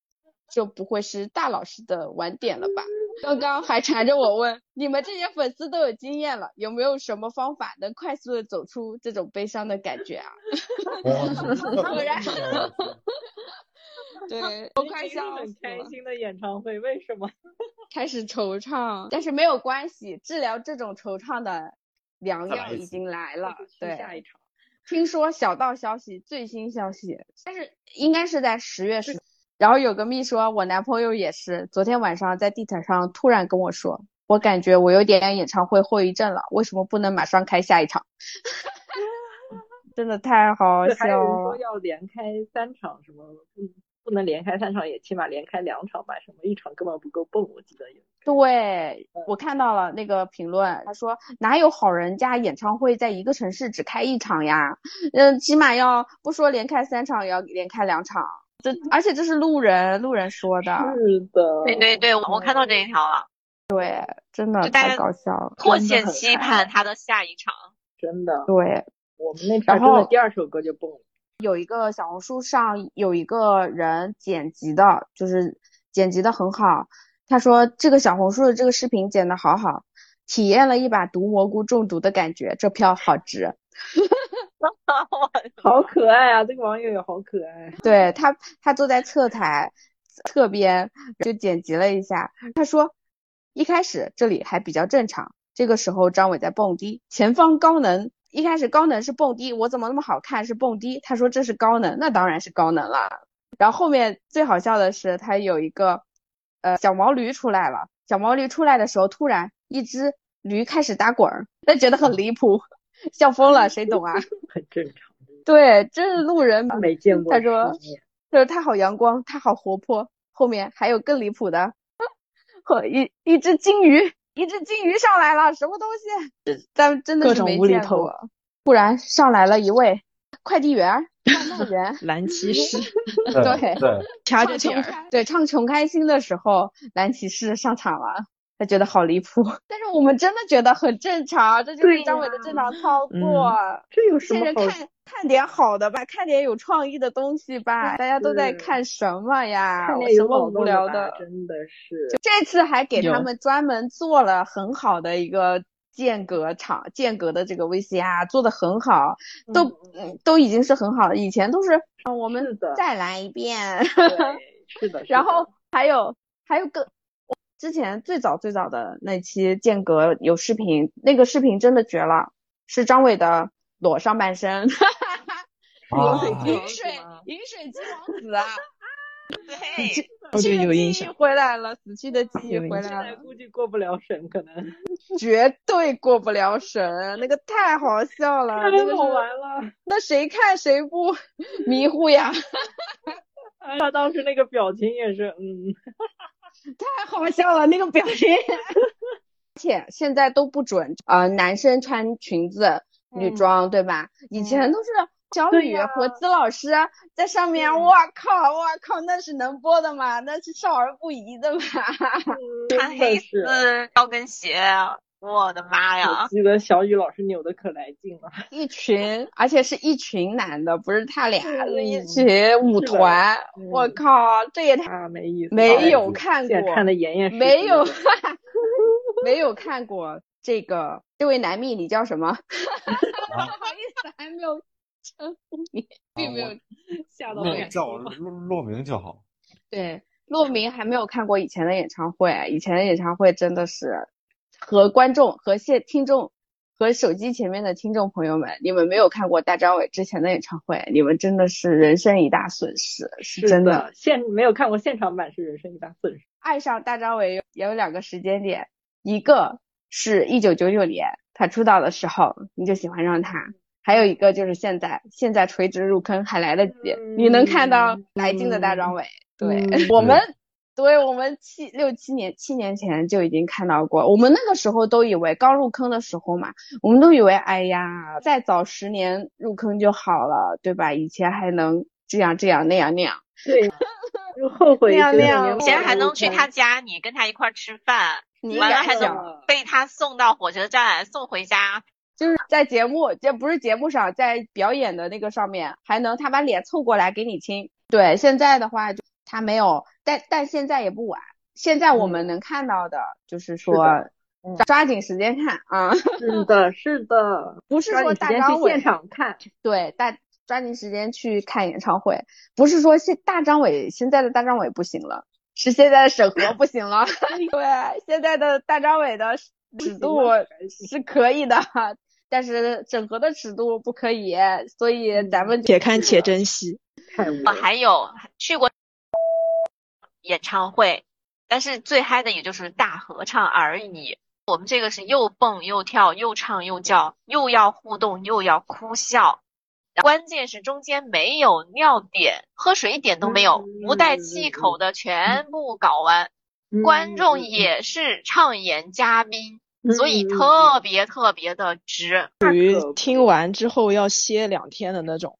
Speaker 1: 这不会是大老师的晚点了吧？”刚刚还缠着我问：“你们这些粉丝都有经验了，有没有什么方法能快速的走出这种悲伤的感觉
Speaker 2: <laughs>
Speaker 1: 啊
Speaker 3: 果
Speaker 1: 然？”对，我快
Speaker 2: 一个
Speaker 1: 笑
Speaker 2: 很
Speaker 1: 死
Speaker 2: 开
Speaker 1: 了。
Speaker 2: 心的演唱会，为什么？
Speaker 1: 开始惆怅，但是没有关系，治疗这种惆怅的良
Speaker 3: 再来
Speaker 1: 药
Speaker 3: 一
Speaker 1: 已
Speaker 3: 次
Speaker 1: 经来了
Speaker 2: 就。去下
Speaker 1: 对，
Speaker 2: 一场，
Speaker 1: 听说小道消息，最新消息，但是应该是在十月十。然后有个蜜说，我男朋友也是，昨天晚上在地铁上突然跟我说，我感觉我有点演唱会后遗症了，为什么不能马上开下一场？ <laughs> 真的太好
Speaker 2: 对，
Speaker 1: 笑
Speaker 2: 还有人说
Speaker 1: 了，
Speaker 2: 要连开三场，什么嗯，不能连开三场，也起码连开两场吧，什么一场根本不够蹦，我记得有。
Speaker 1: 对我看到了那个评论，他说哪有好人家演唱会在一个城市只开一场呀？嗯，起码要不说连开三场，也要连开两场。这而且这是路人路人说的，
Speaker 2: 嗯是
Speaker 1: 哦
Speaker 2: 的，
Speaker 4: 对对对，我看到这一条了，
Speaker 1: 真的
Speaker 4: 就大
Speaker 1: 太
Speaker 4: 家
Speaker 1: 搞笑了。
Speaker 4: 迫
Speaker 2: 真的
Speaker 4: 切
Speaker 2: 很
Speaker 4: 期
Speaker 2: 嗨
Speaker 4: 盼他的下
Speaker 1: <laughs>
Speaker 4: 一场。
Speaker 2: 真的，
Speaker 1: 对，
Speaker 2: 我们那场
Speaker 1: 然
Speaker 2: 真的
Speaker 1: 后
Speaker 2: 第二首歌就蹦了。
Speaker 1: 有一个小红书上有一个人剪辑的，就是剪辑的很好。他说这个小红书的这个视频剪的好好，体验了一把毒蘑菇中毒的感觉，这票好值。
Speaker 4: 我
Speaker 2: 好可爱啊！这个网友也好可爱。啊
Speaker 1: 对他，他坐在侧台侧边就剪辑了一下。他说，一开始这里还比较正常，这个时候张伟在蹦迪，前方高能。一开始高能是蹦迪，我怎么那么好看是蹦迪？他说这是高能，那当然是高能啦。然后后面最好笑的是，他有一个呃小毛驴出来了，小毛驴出来的时候，突然一只驴开始打滚儿，他觉得很离谱。笑疯了，谁懂啊？ <laughs>
Speaker 2: 很正常的。
Speaker 1: 对，真是路人。
Speaker 2: 没见过
Speaker 1: 他
Speaker 2: 世
Speaker 1: 说
Speaker 2: 面
Speaker 1: 就是他好阳光，他好活泼。后面还有更离谱的，和一一只金鱼，一只金鱼上来了，什么东西？这咱们真的
Speaker 5: 各
Speaker 1: 是
Speaker 5: 种
Speaker 1: 没
Speaker 5: 无厘
Speaker 1: 见
Speaker 5: 头
Speaker 1: 过。突然上来了一位快递员儿、贩卖员
Speaker 2: 嗯
Speaker 7: 蓝骑士
Speaker 2: <laughs>
Speaker 1: 对
Speaker 3: 对，
Speaker 7: 掐着
Speaker 1: 唱
Speaker 7: 点
Speaker 1: 穷
Speaker 7: 儿，
Speaker 1: 开对，唱《穷开心》的时候，蓝骑士上场了，他觉得好离谱， <laughs> 但是我们真的觉得很正常，这就是
Speaker 6: 对
Speaker 1: 张伟的正常操作。
Speaker 2: 这有什
Speaker 1: 现
Speaker 2: 么
Speaker 1: 在
Speaker 2: 好？
Speaker 1: 看看点好的吧，看点有创意的东西吧，大家都在
Speaker 2: 是
Speaker 1: 看什么呀？
Speaker 2: 看见
Speaker 1: 什
Speaker 2: 有
Speaker 1: 么
Speaker 2: 脑
Speaker 1: 无
Speaker 2: 洞
Speaker 1: 聊
Speaker 2: 吧真的是
Speaker 1: 这次还给他
Speaker 5: 有
Speaker 1: 们专门做了很好的一个间隔场，间隔的这个 VCR 做的很好，都嗯都已经是很好了，以前都是啊我们
Speaker 2: 是的
Speaker 1: 再来一遍， <laughs>
Speaker 2: 对，是的。是
Speaker 1: 然
Speaker 2: 的
Speaker 1: 后还有还有个，我之前最早最早的那期间隔有视频，那个视频真的绝了，是张伟的裸上半身，哦
Speaker 3: 啊，
Speaker 1: 饮水饮水鸡王 <laughs> 子啊，
Speaker 4: 对，
Speaker 5: 哦，对，有印
Speaker 1: 记忆
Speaker 5: 象。
Speaker 1: 回来了，死去的记忆
Speaker 5: 有印
Speaker 1: 回
Speaker 5: 象
Speaker 1: 来了。
Speaker 2: 估计过不了审，可能
Speaker 1: 绝对过不了审，那个太好笑了，那啊个是
Speaker 2: 了。
Speaker 1: 那谁看谁不 <laughs> 迷糊呀， <laughs>
Speaker 2: 哎他当时那个表情也是，嗯，
Speaker 1: 太好笑了那个表情。 <laughs> 而且现在都不准，呃，男生穿裙子、女装，对吧？以前都是小
Speaker 2: 对
Speaker 1: 雨
Speaker 2: 呀
Speaker 1: 和资老师在上面，我靠，我靠，那是能播的吗？那是少儿不宜的吗？
Speaker 4: 穿
Speaker 2: 真的
Speaker 4: 黑
Speaker 2: 是。
Speaker 4: 丝嗯高跟鞋，我的妈
Speaker 2: 我
Speaker 4: 呀！
Speaker 2: 记得小雨老师扭的可来劲了，
Speaker 1: 一群，而且是一群男的，不是他俩，是一
Speaker 2: 嗯
Speaker 1: 群舞
Speaker 2: 是的
Speaker 1: 团。我
Speaker 2: 嗯
Speaker 1: 靠，这也太
Speaker 2: 啊，没意思了，
Speaker 1: 没有看
Speaker 2: 现
Speaker 1: 过，
Speaker 2: 在看的严严实实的。
Speaker 1: 没
Speaker 2: <laughs>
Speaker 1: 有，没有看过这个这位男蜜，你叫什么？ <laughs> 不好意思，还没有称呼你，并没有
Speaker 3: 我
Speaker 1: 吓到
Speaker 3: 那
Speaker 1: 我。
Speaker 3: 叫我洛洛明就好。
Speaker 1: 对，骆明还没有看过以前的演唱会，以前的演唱会真的是和观众、和现听众、和手机前面的听众朋友们，你们没有看过大张伟之前的演唱会，你们真的是人生一大损失，是真的。
Speaker 2: 的。现没有看过现场版是人生一大损失。
Speaker 1: 爱上大张伟也有两个时间点，一个是一九九九年他出道的时候，你就喜欢上他；还有一个就是现在，现在垂直入坑还来得及，你能看到来劲的大张伟。对、 <laughs> 我们，对我们七六七年七年前就已经看到过，我们那个时候都以为刚入坑的时候嘛，我们都以为哎呀，再早十年入坑就好了，对吧？以前还能这样这样那样那样。
Speaker 2: 对，就后悔
Speaker 1: 那样
Speaker 2: 觉得
Speaker 1: 那样
Speaker 2: 没
Speaker 1: 以
Speaker 2: 有
Speaker 4: 以前还能去
Speaker 2: 看
Speaker 4: 他家，你跟他一块儿吃饭，
Speaker 1: 哦你
Speaker 4: 完了
Speaker 1: 敢
Speaker 4: 还
Speaker 1: 想
Speaker 4: 能被他送到火车站，送回家。
Speaker 1: 就是 <laughs> 在节目，这不是节目上，在表演的那个上面，还能他把脸凑过来给你亲。对，现在的话就他没有，但但现在也不晚。现在我
Speaker 2: 嗯
Speaker 1: 们能看到的就是说，抓抓紧时间看啊， <laughs>
Speaker 2: 是的，是的，
Speaker 1: 不是
Speaker 2: 抓紧
Speaker 1: 说
Speaker 2: 时
Speaker 1: 大
Speaker 2: 间
Speaker 1: 张
Speaker 2: 去
Speaker 1: 伟
Speaker 2: 现场看，
Speaker 1: 对大抓紧时间去看演唱会，不是说现大张伟现在的大张伟不行了，是现在的审核不行
Speaker 2: <laughs>
Speaker 1: 了。对，现在的大张伟的尺
Speaker 2: 哎行
Speaker 1: 度
Speaker 2: 了
Speaker 1: 是可以的，但是整合的尺度不可以，所以
Speaker 2: 嗯
Speaker 1: 咱们
Speaker 5: 且看且珍惜，
Speaker 2: 太无聊
Speaker 4: 我
Speaker 2: 了。
Speaker 4: 还有去过演唱会，但是最嗨的也就是大合唱而已。我们这个是又蹦又跳又唱又叫，又要互动又要哭笑，关键是中间没有尿点，喝水一点都没有，不带气口的全部搞完。
Speaker 2: 嗯
Speaker 4: 观众也是唱演嘉宾，所以特别特别的值。
Speaker 7: 属于
Speaker 2: 可不
Speaker 7: 嗯听完之后要歇两天的那种。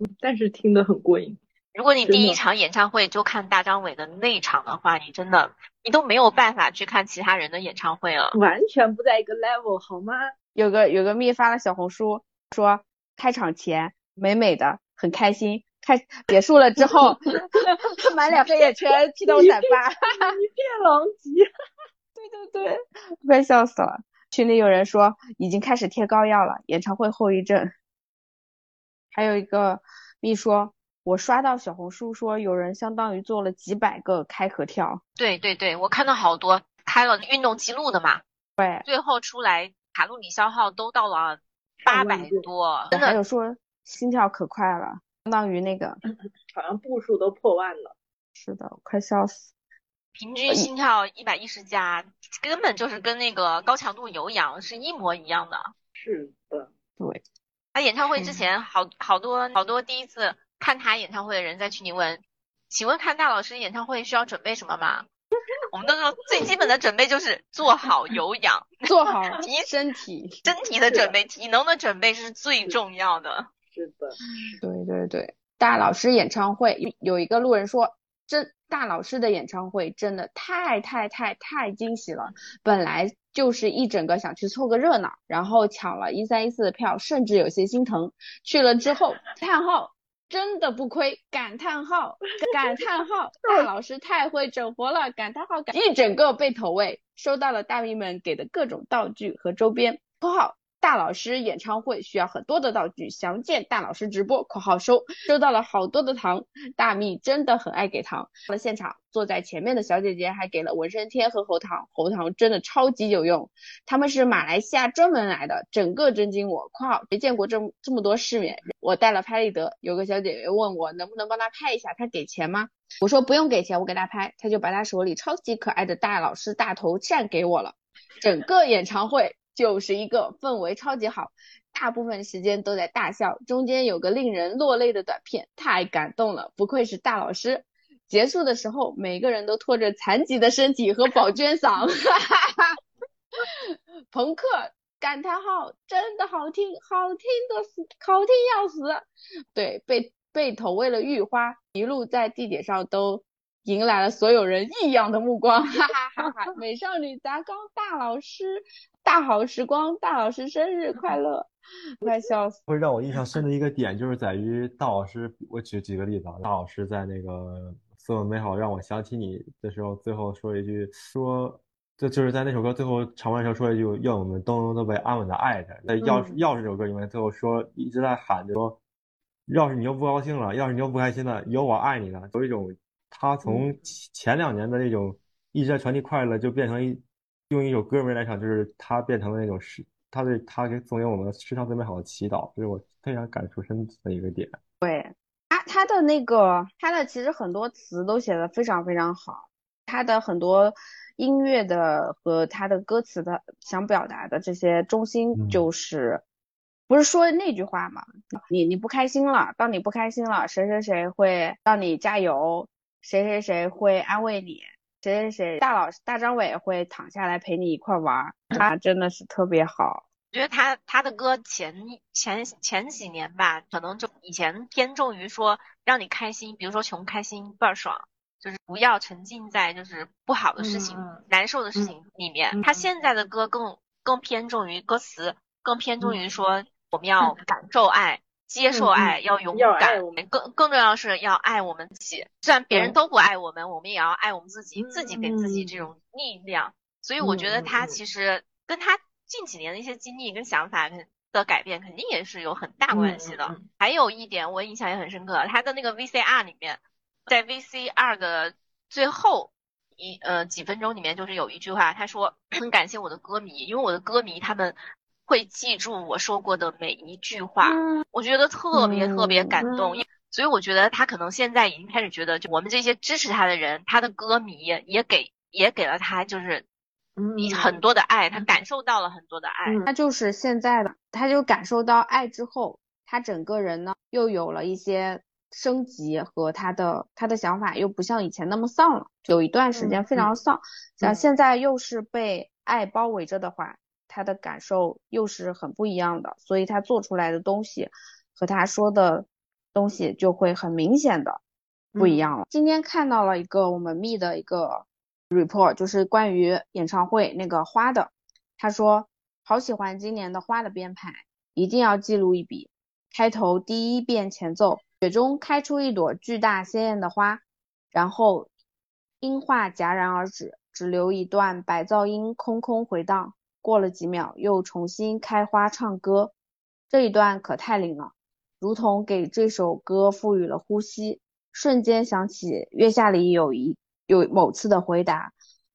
Speaker 2: 嗯，嗯嗯但是听得很过瘾。
Speaker 4: 如果你
Speaker 2: 真
Speaker 4: 第
Speaker 2: 的
Speaker 4: 一场演唱会就看大张伟的那场的话，你真的你都没有办法去看其他人的演唱会了。
Speaker 2: 完全不在一个 level 好吗？
Speaker 1: 有个有个蜜发了小红书说，开场前美美的，很开心。开结束了之后， <laughs> 满脸黑眼圈，披头散发。
Speaker 2: 一片狼藉。
Speaker 1: 对对对，快笑死了。群里有人说已经开始贴膏药了，演唱会后遗症。还有一个蜜说，我刷到小红书说有人相当于做了几百个开合跳，
Speaker 4: 对对对，我看到好多开了运动记录的嘛，
Speaker 1: 对，
Speaker 4: 最后出来卡路里消耗都到了八
Speaker 2: 万
Speaker 4: 百
Speaker 2: 步
Speaker 4: 多，真
Speaker 1: 还
Speaker 4: 的
Speaker 1: 有说心跳可快了，相当于那个，
Speaker 2: 好像步数都破万了，
Speaker 1: 是的，我快笑死。
Speaker 4: 平均心跳一百一十加，根本就是跟那个高强度有氧是一模一样的。
Speaker 2: 是的，
Speaker 7: 对，
Speaker 4: 他演唱会
Speaker 1: 嗯
Speaker 4: 之前好好多好多第一次看他演唱会的人在群里问，请问看大老师演唱会需要准备什么吗？ <laughs> 我们都说最基本的准备就是做好有氧， <laughs>
Speaker 1: <laughs> 做好
Speaker 4: 提
Speaker 1: 身体。
Speaker 4: 身体的准备，体能的准备是最重要的。
Speaker 2: 是的，
Speaker 1: 对对对，大老师演唱会有有一个路人说，真大老师的演唱会真的太太太太惊喜了。本来就是一整个想去凑个热闹，然后抢了一三一四的票，甚至有些心疼。去了之后，叹号。真的不亏！感叹号，感叹号！大老师太会整活了！感叹号，感一整个被投喂，收到了大迷们给的各种道具和周边。（括号大老师演唱会需要很多的道具，详见大老师直播。）（括号收收到了好多的糖，大蜜真的很爱给糖。）到了现场，坐在前面的小姐姐还给了纹身贴和喉糖，喉糖真的超级有用。他们是马来西亚专门来的，整个震惊我。（括号没见过这么这么多世面。）我带了拍立得，有个小姐姐问我能不能帮她拍一下，她给钱吗？我说不用给钱，我给她拍。她就把她手里超级可爱的大老师大头扇给我了。整个演唱会就是一个氛围超级好，大部分时间都在大笑，中间有个令人落泪的短片，太感动了，不愧是大老师。结束的时候，每个人都拖着残疾的身体和宝娟嗓， <laughs> 朋克感叹号真的好听，好听的死，好听要死。对，被被投喂了玉花，一路在地铁上都迎来了所有人异样的目光，哈哈哈哈！美少女砸缸大老师，大好时光，大老师生日快乐，快笑死！
Speaker 3: 会让我印象深的一个点就是在于大老师，我举几个例子啊，大老师在那个《所有美好让我想起你》的时候，最后说一句说。这就是在那首歌最后唱完的时候说一句“愿我们都能都被安稳的爱着”。在《钥匙钥匙》这首歌里面，最后说一直在喊着说：“要是你又不高兴了，要是你又不开心了，有我爱你了。”有一种他从前前两年的那种一直在传递快乐，就变成一用一首歌名来讲，就是他变成了那种是他对他给送给我们世上最美好的祈祷，这是我非常感触深的一个点。
Speaker 1: 他他的那个他的其实很多词都写的非常非常好，他的很多音乐的和他的歌词的想表达的这些中心
Speaker 3: 嗯
Speaker 1: 就是，不是说那句话嘛，你你不开心了，当你不开心了，谁谁谁会让你加油，谁谁谁会安慰你，谁谁谁大老大张伟会躺下来陪你一块儿玩儿， <laughs> 他真的是特别好。
Speaker 4: 我觉得他他的歌前一前前几年吧，可能就以前偏重于说让你开心，比如说穷开心倍儿爽，就是不要沉浸在就是不好的事情、
Speaker 2: 嗯
Speaker 4: 难受的事情里面。他现在的歌更更偏重于歌词，更偏重
Speaker 2: 嗯
Speaker 4: 于说我们
Speaker 2: <laughs>
Speaker 4: 要感受爱。接受爱、要勇
Speaker 2: 要爱
Speaker 4: 敢
Speaker 2: 我们，
Speaker 4: 更更重要的是要爱我们自己。虽然别人都不爱我们，我们也要爱我们自己，自己给自己
Speaker 2: 嗯
Speaker 4: 这种力量。所以我觉得他其实跟他近几年的一些经历跟想法的改变，肯定也是有很大关系的。还有一点我印象也很深刻，他的那个 VCR 里面，在 VCR 的最后一呃几分钟里面，就是有一句话，他说 <clears throat> 很感谢我的歌迷，因为我的歌迷他们会记住我说过的每一句话，我觉得特别特别感动。因为所以我觉得他可能现在已经开始觉得，就我们这些支持他的人，他的歌迷也给也给了他就是你很多的爱，他感受到了很多的爱。
Speaker 1: 他就是现在的，他就感受到爱之后，他整个人呢又有了一些升级和他的他的想法又不像以前那么丧了。有一段时间非常丧，像现在又是被爱包围着的话，他的感受又是很不一样的，所以他做出来的东西和他说的东西就会很明显的不一样了。今天看到了一个我们密的一个 report，就是关于演唱会那个花的，他说好喜欢今年的花的编排，一定要记录一笔。开头第一遍前奏，雪中开出一朵巨大鲜艳的花，然后音画戛然而止，只留一段白噪音空空回荡。过了几秒，又重新开花唱歌，这一段可太灵了，如同给这首歌赋予了呼吸。瞬间想起月下里有一有某次的回答，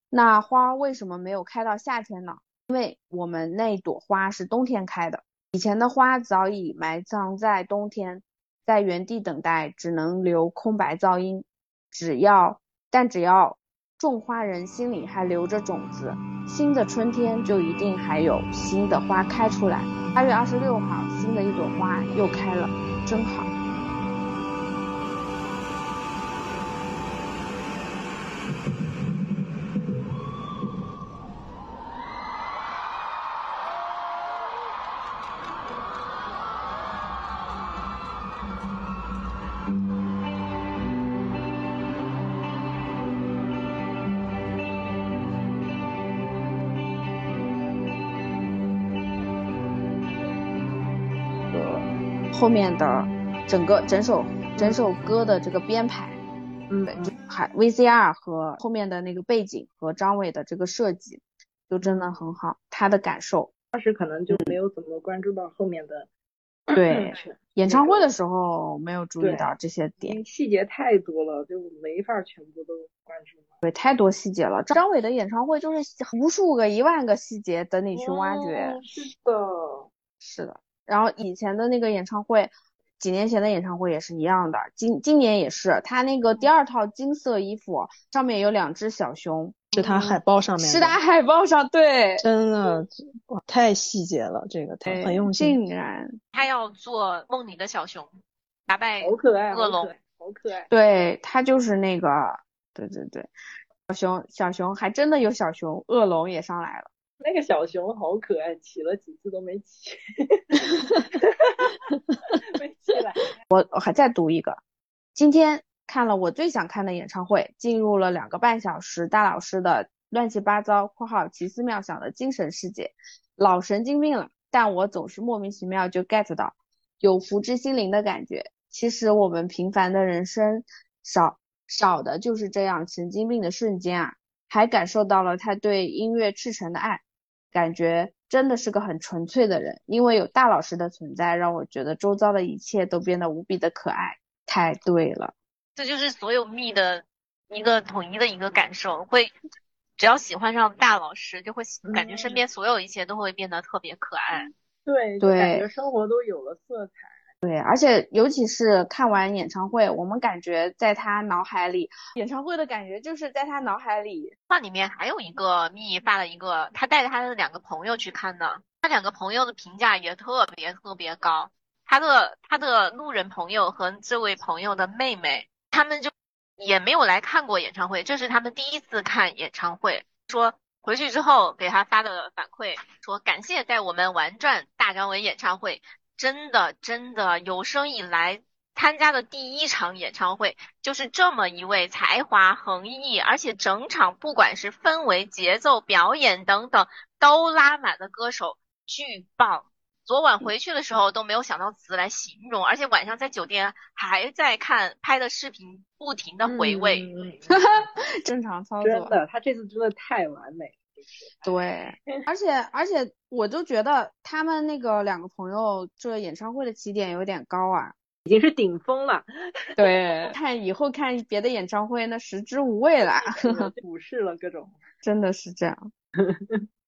Speaker 1: 那花为什么没有开到夏天呢？因为我们那朵花是冬天开的，以前的花早已埋葬在冬天，在原地等待，只能留空白噪音。只要，但只要种花人心里还留着种子，新的春天就一定还有新的花开出来。八月二十六号，新的一朵花又开了，真好。后面的整个整首整首歌的这个编排，
Speaker 2: 嗯
Speaker 1: 对，就还 VCR 和后面的那个背景和张伟的这个设计，就真的很好，他的感受。
Speaker 2: 当时可能就没有怎么关注到后面的
Speaker 1: 对，
Speaker 2: 是
Speaker 1: <clears throat> 演唱会的时候没有注意到这些
Speaker 2: 哎因
Speaker 1: 点，
Speaker 2: 为细节太多了，就没法全部都关注到。
Speaker 1: 对，太多细节
Speaker 2: 嗯
Speaker 1: 了。张伟的演唱会就是无数个一万个细节等你去挖掘。
Speaker 2: 嗯是的，
Speaker 1: 是的，然后以前的那个演唱会，几年前的演唱会也是一样的，今今年也是，他那个第二套金色衣服上面有两只小熊，
Speaker 5: 是他
Speaker 7: 嗯
Speaker 5: 海报上面的，
Speaker 1: 是他海报上，对，
Speaker 5: 真的哇，太细节了，这个他很用心。
Speaker 1: 竟然
Speaker 4: 他要做梦里的小熊，打败
Speaker 2: 好可爱，好
Speaker 4: 恶
Speaker 2: 可
Speaker 4: 龙
Speaker 2: 爱，好可爱。
Speaker 1: 对他就是那个，对对对，小熊小熊还真的有小熊，恶龙也上来了，
Speaker 2: 那个小熊好可爱，骑了几次都没骑， <laughs> 没起来。
Speaker 1: 我我还再读一个，今天看了我最想看的演唱会，进入了两个半小时大老师的乱七八糟（括号奇思妙想）的精神世界，老神经病了，但我总是莫名其妙就 get 到，有福至心灵的感觉。其实我们平凡的人生少少的就是这样神经病的瞬间啊，还感受到了他对音乐赤诚的爱，感觉真的是个很纯粹的人。因为有大老师的存在，让我觉得周遭的一切都变得无比的可爱。太对了，
Speaker 4: 这就是所有蜜的一个统一的一个感受，会只要喜欢上大老师，就会喜感觉身边所有一切都会变得特别可爱。
Speaker 2: 对，就感
Speaker 1: 对
Speaker 2: 觉生活都有了色彩。
Speaker 1: 对，而且尤其是看完演唱会，我们感觉在他脑海里，演唱会的感觉就是在他脑海里，
Speaker 4: 那里面还有一个蜜发了一个，他带着他的两个朋友去看的，他两个朋友的评价也特别特别高。他的他的路人朋友和这位朋友的妹妹，他们就也没有来看过演唱会，这是他们第一次看演唱会。说回去之后给他发的反馈，说感谢带我们玩转大张伟演唱会，真的真的有生以来参加的第一场演唱会，就是这么一位才华横溢，而且整场不管是氛围、节奏、表演等等都拉满的歌手，巨棒！昨晚回去的时候都没有想到词来形容，而且晚上在酒店还在看拍的视频，不停的回味。
Speaker 2: 嗯，
Speaker 1: 正常操
Speaker 2: 真
Speaker 1: 作。
Speaker 2: 的，他这次真的太完美了。 <laughs>
Speaker 1: 对，而且而且，我就觉得他们那个两个朋友这演唱会的起点有点高啊。
Speaker 2: 已经是顶峰了， <laughs>
Speaker 1: 对，看以后看别的演唱会，那食之无味啦， <laughs>
Speaker 2: 俯视了各种。
Speaker 1: 真的是这样。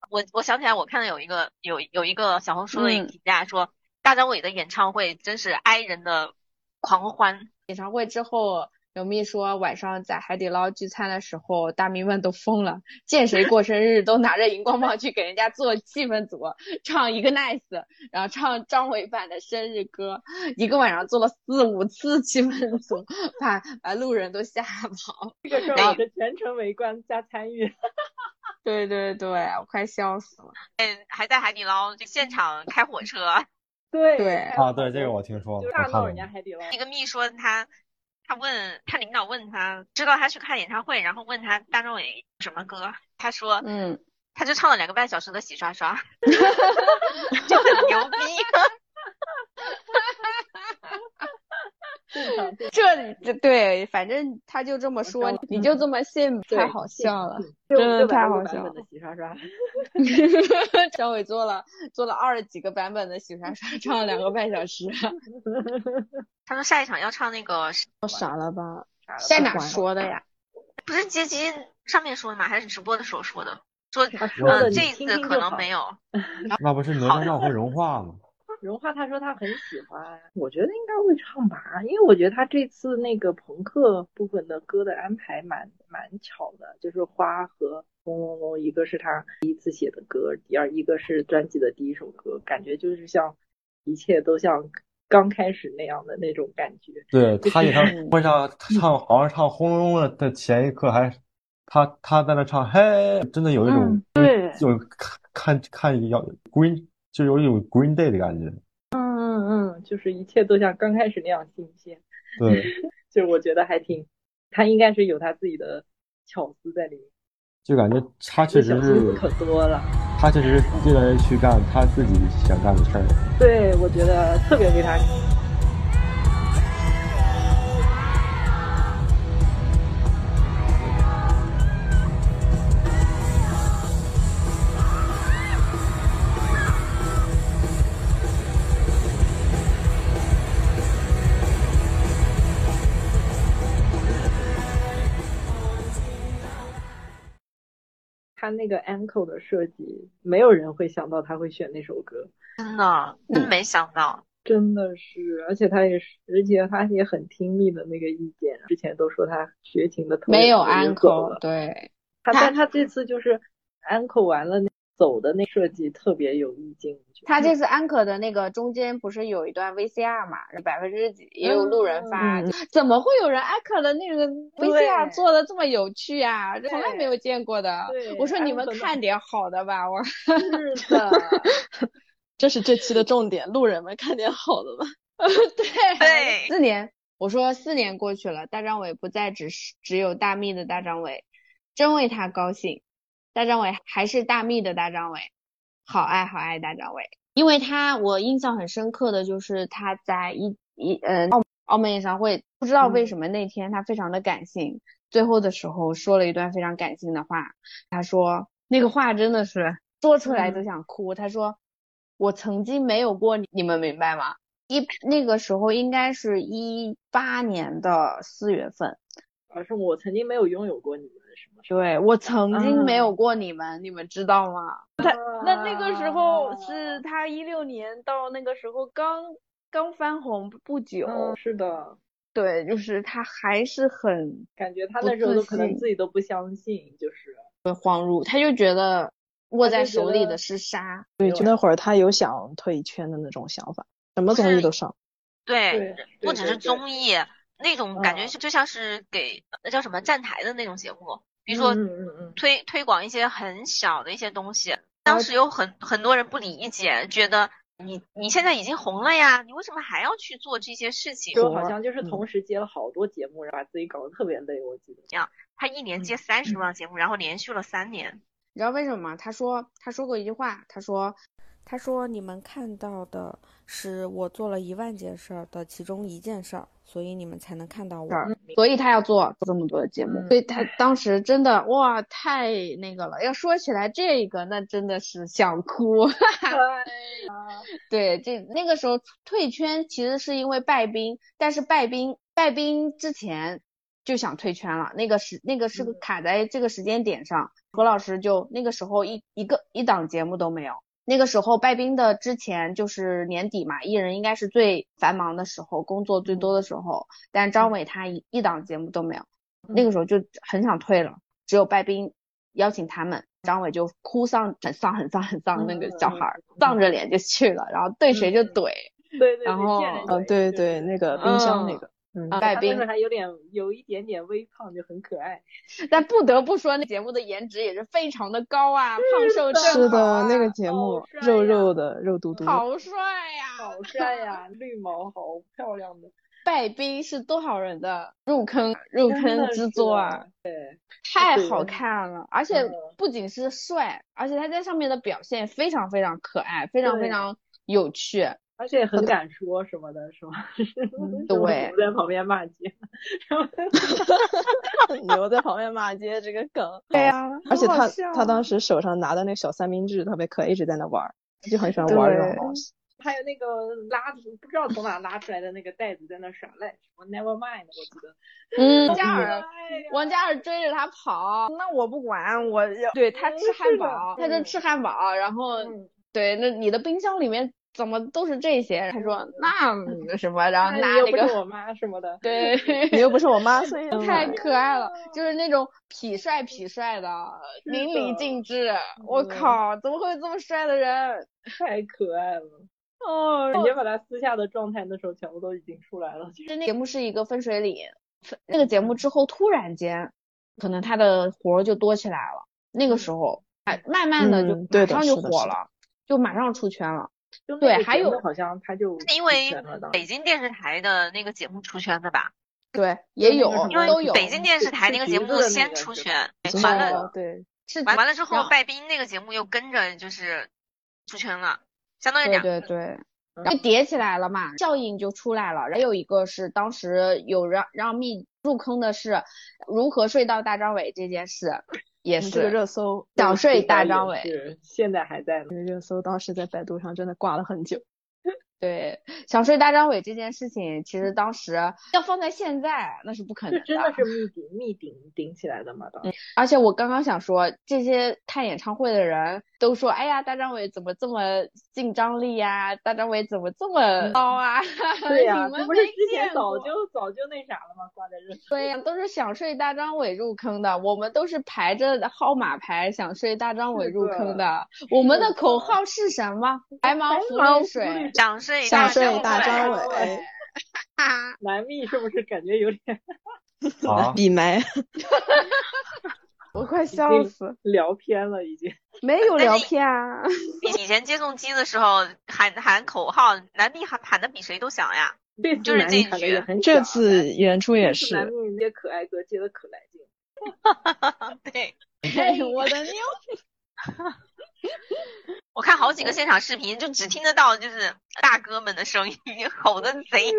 Speaker 4: 我我想起来，我看到有一个有有一个小红书的
Speaker 1: 嗯
Speaker 4: 评价说，大张伟的演唱会真是 i 人的狂欢。
Speaker 1: 演唱会之后，刘蜜说啊晚上在海底捞聚餐的时候，大迷们都疯了，见谁过生日都拿着荧光棒去给人家做气氛组，唱一个 nice，然后唱张伟版的生日歌，一个晚上做了四五次气氛组，把把路人都吓跑。 <laughs>
Speaker 2: 这个时
Speaker 4: 然
Speaker 2: 候
Speaker 4: 后
Speaker 2: 我就全程围观加参与，
Speaker 1: 对对对，我快笑死了。
Speaker 4: 哎，还在海底捞就现场开火车。
Speaker 2: 对
Speaker 1: 对
Speaker 3: <laughs> 啊，对，这个我听说了，
Speaker 2: 就
Speaker 3: 我
Speaker 2: 大
Speaker 3: 看
Speaker 2: 闹
Speaker 3: 了
Speaker 2: 人。家海底捞。
Speaker 4: 那个秘说他，他问他领导问他，知道他去看演唱会，然后问他大张伟什么歌，他说
Speaker 1: 嗯，
Speaker 4: 他就唱了两个半小时的洗刷 <laughs> 刷，就很牛逼。
Speaker 2: 正常正
Speaker 1: 这里这对，反正他就这么说，你就这么信，
Speaker 2: 对
Speaker 1: 太好嗯笑了。
Speaker 2: 常，
Speaker 1: 真的
Speaker 2: 六百
Speaker 1: 太
Speaker 2: 多
Speaker 1: 好
Speaker 2: 个
Speaker 1: 笑
Speaker 2: 版
Speaker 1: 了
Speaker 2: 本的洗刷刷，
Speaker 1: <laughs> 张伟做了做了二十几个版本的洗刷刷，唱了两个半小时。
Speaker 4: 他说下一场要唱那个是
Speaker 5: 傻了吧？
Speaker 1: 在哪说的呀？
Speaker 4: 不是接机上面说的吗？还是直播的时候说的？说
Speaker 2: 他说
Speaker 4: 嗯、
Speaker 2: 的
Speaker 4: 呃
Speaker 2: 你
Speaker 4: 这一
Speaker 2: 听
Speaker 4: 次
Speaker 2: 听
Speaker 4: 可
Speaker 2: 就
Speaker 4: 能
Speaker 2: 好
Speaker 4: 没有。
Speaker 3: <laughs> 那不是哪吒闹回融化吗？
Speaker 2: 荣华他说他很喜欢，我觉得应该会唱吧，因为我觉得他这次那个朋克部分的歌的安排蛮蛮巧的，就是花和轰隆隆，一个是他第一次写的歌，第二一个是专辑的第一首歌，感觉就是像一切都像刚开始那样的那种感觉。
Speaker 3: <laughs> 对
Speaker 2: 就是
Speaker 3: 他演唱会上唱，好像唱轰隆隆的前一刻还，他他在那唱，嘿，真的有一种
Speaker 2: 嗯对
Speaker 3: 有看看看要 Green 就有一种 Green Day 的感觉。
Speaker 2: 嗯嗯嗯，就是一切都像刚开始那样新鲜。
Speaker 3: 对，
Speaker 2: 就是我觉得还挺，他应该是有他自己的巧思在里面，
Speaker 3: 就感觉他确实
Speaker 2: 小心思
Speaker 3: 是
Speaker 2: 可多了。
Speaker 3: 他确实是越来越去干他自己想干的事儿。
Speaker 2: 对，我觉得特别为他他那个 ankle 的设计，没有人会想到他会选那首歌，
Speaker 4: 真的
Speaker 1: 嗯
Speaker 4: 真没想到，
Speaker 2: 真的是，而且他也是，而且他也很听命的那个意见，啊之前都说他学琴的头也
Speaker 1: 没有
Speaker 2: 走也
Speaker 1: 安
Speaker 2: 走
Speaker 1: 口
Speaker 2: 了，
Speaker 1: 对，
Speaker 2: 他但他这次就是 ankle 完了那走的那设计特别有意境，我觉得
Speaker 1: 他这次安可的那个中间不是有一段 VCR 嘛，百分之几也有路人发，
Speaker 2: 嗯
Speaker 1: 怎么会有人安可的那个 VCR
Speaker 2: 对
Speaker 1: 做的这么有趣啊？这从来没有见过的
Speaker 2: 对。
Speaker 1: 我说你们
Speaker 2: 安可的
Speaker 1: 看点好的吧，我
Speaker 2: <laughs> 是的，
Speaker 7: 这是这期的重点，路人们看点好的吧。
Speaker 1: <laughs> 对
Speaker 4: 对
Speaker 1: 四年，我说四年过去了，大张伟不再只是只有大幂的大张伟，真为他高兴。大张伟还是大幂的大张伟，好爱好爱大张伟，因为他我印象很深刻的就是他在一一呃澳澳门演唱会，不知道为什么那天他非常的感性，最后的时候说了一段非常感性的话，他说那个话真的是说出来都想哭，他说我曾经没有过你，你们明白吗？一那个时候应该是一八年的四月份，
Speaker 2: 而是我曾经没有拥有过你们什么什么，
Speaker 1: 对我曾经没有过你们，你们知道吗？
Speaker 2: 啊
Speaker 1: 那那个时
Speaker 2: 嗯
Speaker 1: 候是他一六年到那个时候刚刚翻红不久，
Speaker 2: 嗯，是的，
Speaker 1: 对，就是他还是很
Speaker 2: 感觉他
Speaker 1: 不
Speaker 2: 那时候
Speaker 1: 自
Speaker 2: 都可能
Speaker 1: 信
Speaker 2: 自己都不相信，就是
Speaker 1: 慌入，他就觉得握
Speaker 2: 他
Speaker 1: 在
Speaker 2: 就觉
Speaker 1: 手里
Speaker 2: 得
Speaker 1: 的是沙，
Speaker 7: 对，就那会儿他有想退圈的那种想法，什么综艺都上。
Speaker 4: 对，
Speaker 2: 对，
Speaker 4: 不
Speaker 2: 对嗯
Speaker 4: 只是。
Speaker 2: 对对
Speaker 4: 综艺那种感觉
Speaker 2: 嗯
Speaker 4: 是就像是给那叫什么站台的那种节目，比如说
Speaker 2: 嗯嗯嗯嗯，
Speaker 4: 推推广一些很小的一些东西。当时有很很多人不理解，觉得你你现在已经红了呀，你为什么还要去做这些事情？
Speaker 2: 就好像就是
Speaker 7: 嗯
Speaker 2: 同时接了好多节目，然后把自己搞得特别累，我记得。
Speaker 4: 他一年接三十多档节目，然后连续了三年。
Speaker 1: 你知道为什么吗？他说他说过一句话，他说
Speaker 8: 他说：“你们看到的是我做了一万件事儿的其中一件事儿，所以你们才能看到我。”
Speaker 1: 所以他要做这么多的节目，
Speaker 2: 嗯
Speaker 1: 所以他当时真的哇，太那个了。要说起来这个，那真的是想哭。 <laughs> 对，这那个时候退圈其实是因为拜冰，但是拜冰拜冰之前就想退圈了，那个时那个是
Speaker 2: 嗯
Speaker 1: 卡在这个时间点上，何老师就那个时候一一个一档节目都没有。那个时候，拜冰的之前就是年底嘛，艺人应该是最繁忙的时候，工作
Speaker 7: 嗯
Speaker 1: 最多的时候。但张伟他一一档节目都没有，
Speaker 7: 嗯
Speaker 1: 那个时候就很想退了，只有拜冰邀请他们，张伟就哭丧很丧很丧很丧那个小孩儿，丧着脸就去了，然后对谁就怼， <laughs>
Speaker 2: 对对
Speaker 1: 然后
Speaker 2: 见人
Speaker 1: 嗯
Speaker 7: 嗯，
Speaker 2: 就
Speaker 7: 对
Speaker 2: 是
Speaker 7: 对，那个冰箱那个，嗯，
Speaker 1: 啊
Speaker 2: 他
Speaker 1: 拜
Speaker 2: 那
Speaker 1: 冰
Speaker 2: 时候还有点有一点点微胖，就很可爱。
Speaker 1: 但不得不说，那节目的颜值也是非常的高啊，胖瘦正
Speaker 7: 是
Speaker 1: 好
Speaker 7: 的
Speaker 1: 啊，
Speaker 7: 那个节
Speaker 2: 好
Speaker 7: 目
Speaker 2: 帅
Speaker 7: 肉
Speaker 2: 呀
Speaker 7: 肉的肉嘟嘟的，
Speaker 1: 好啊帅呀、
Speaker 7: 哦
Speaker 2: 好帅呀、绿毛好漂亮的
Speaker 1: 拜冰是多少人的入坑啊入坑之作啊！！太好看了，而且
Speaker 2: 嗯
Speaker 1: 不仅是帅，而且他在上面的表现非常非常可爱，非常
Speaker 2: 对
Speaker 1: 非常有趣。
Speaker 2: 而且很敢说什么的，是吗？ <laughs>
Speaker 1: 嗯对
Speaker 2: 我在旁边骂街， <laughs>
Speaker 7: 牛在旁边骂街这个梗。
Speaker 1: 对呀、
Speaker 7: 而且
Speaker 1: 很好
Speaker 7: 他
Speaker 1: 笑
Speaker 7: 他当时手上拿的那个小三明治特别可爱，一直在那玩儿，他就很喜欢玩儿这种东西。
Speaker 2: 还有那个拉不知道从哪拉出来的那个袋子在那耍赖，什么 Never mind，我
Speaker 1: <laughs>
Speaker 2: 记得。
Speaker 1: 嗯，王嘉尔，
Speaker 2: 哎呀 <laughs>
Speaker 1: 王嘉尔追着他跑，那我嗯不管，我要对他吃汉堡，
Speaker 2: 是的
Speaker 1: 他就吃汉堡，然后
Speaker 2: 嗯
Speaker 1: 对，那你的冰箱里面怎么都是这些？他说那什么，然后拿
Speaker 2: 你又
Speaker 1: 嗯那
Speaker 2: 哎不
Speaker 1: 个
Speaker 2: 是我妈什么的，
Speaker 1: <laughs> 对，
Speaker 5: 你又不是我
Speaker 7: <laughs>
Speaker 5: 妈，所以
Speaker 1: 太可爱了，就是那种痞帅痞帅的，淋漓尽致。我靠，怎么会有这么帅的人？
Speaker 2: 太可爱了。
Speaker 1: <laughs> 哦，
Speaker 2: 感觉把他私下的状态那时候全部都已经出来了，其实
Speaker 1: 就那节目是一个分水岭，分那个节目之后突然间，可能他的活儿就多起来了。那个时候，哎，慢慢的就
Speaker 5: 嗯对
Speaker 1: 马
Speaker 5: 的
Speaker 1: 上就是
Speaker 5: 的
Speaker 1: 火
Speaker 5: 是的
Speaker 1: 了，就马上出圈了。
Speaker 2: 就那
Speaker 1: 对
Speaker 2: 个
Speaker 1: 还
Speaker 2: 节
Speaker 1: 有
Speaker 2: 目好像他就
Speaker 4: 因为
Speaker 2: 出圈了当时
Speaker 4: 北京电视台的那个节目出圈的吧？
Speaker 1: 对，也
Speaker 2: 那
Speaker 1: 有
Speaker 2: 个什么
Speaker 4: 因为
Speaker 1: 哦都有。
Speaker 4: 北京电视台那个节目先出圈，完了
Speaker 7: 对，
Speaker 1: 是
Speaker 4: 完完了之
Speaker 1: 然
Speaker 4: 后，
Speaker 1: 后
Speaker 4: 拜宾那个节目又跟着就是出圈了，相当于
Speaker 1: 对
Speaker 4: 两
Speaker 1: 对对，
Speaker 2: 嗯
Speaker 1: 然后叠起来了嘛，效应就出来了。还有一个是当时有让让蜜入坑的是如何睡到大张伟这件事，也
Speaker 7: 嗯这
Speaker 1: 是
Speaker 7: 个热搜，
Speaker 1: 想睡大张
Speaker 2: 也
Speaker 1: 伟。嗯
Speaker 2: 是现在还在呢
Speaker 7: 这。个热搜当时在百度上真的挂了很久。
Speaker 1: 对，想睡大张伟这件事情，其实当
Speaker 2: <laughs>
Speaker 1: 时要放在现在那是不可
Speaker 2: 就
Speaker 1: 能
Speaker 2: 真的是密顶密顶顶起来的嘛，当时
Speaker 1: 而且我刚刚想说，这些看演唱会的人都说：“哎呀，大张伟怎么这么紧张力呀、大张伟怎么这么高啊？”
Speaker 2: 嗯对
Speaker 1: <laughs>
Speaker 2: 呀、
Speaker 1: 你
Speaker 2: 这
Speaker 1: 们
Speaker 2: 不是
Speaker 1: 没
Speaker 2: 之前
Speaker 1: 见
Speaker 2: 早
Speaker 1: 过
Speaker 2: 就早就那啥了吗？挂在热搜。
Speaker 1: 对呀、都是想睡大张伟入坑的，我们都是排着号码牌想睡大张伟入坑的。我们的口号是什么？白毛浮绿水，
Speaker 2: <laughs>
Speaker 4: 想睡
Speaker 5: 想
Speaker 4: 睡
Speaker 5: 睡
Speaker 4: <laughs>
Speaker 5: 大张
Speaker 4: 伟。
Speaker 5: 伟，
Speaker 2: 男蜜是不是感觉有点 <laughs>
Speaker 3: 啊，
Speaker 5: 闭麦，
Speaker 1: 我快
Speaker 2: 笑
Speaker 1: 死！
Speaker 2: 聊偏了？已经
Speaker 1: 没有
Speaker 4: 但
Speaker 1: 聊
Speaker 4: 是
Speaker 1: 天啊， <laughs>
Speaker 4: 以前接送机的时候喊喊口号，男帝喊喊的比谁都响呀。 <laughs>
Speaker 2: 这次
Speaker 4: 就是
Speaker 2: 男蜜
Speaker 4: 这
Speaker 2: 喊的
Speaker 4: 一
Speaker 2: 也
Speaker 4: 句
Speaker 2: 很
Speaker 7: 这
Speaker 2: 响
Speaker 7: 次演出也
Speaker 2: 这次男
Speaker 7: 啊 <laughs> 是，
Speaker 2: 蜜那些可爱歌接的可来劲，
Speaker 4: 对，
Speaker 1: 哎，我的妞！
Speaker 4: <laughs> 我看好几个现场视频，就只听得到就是大哥们的声音， <laughs> 吼的贼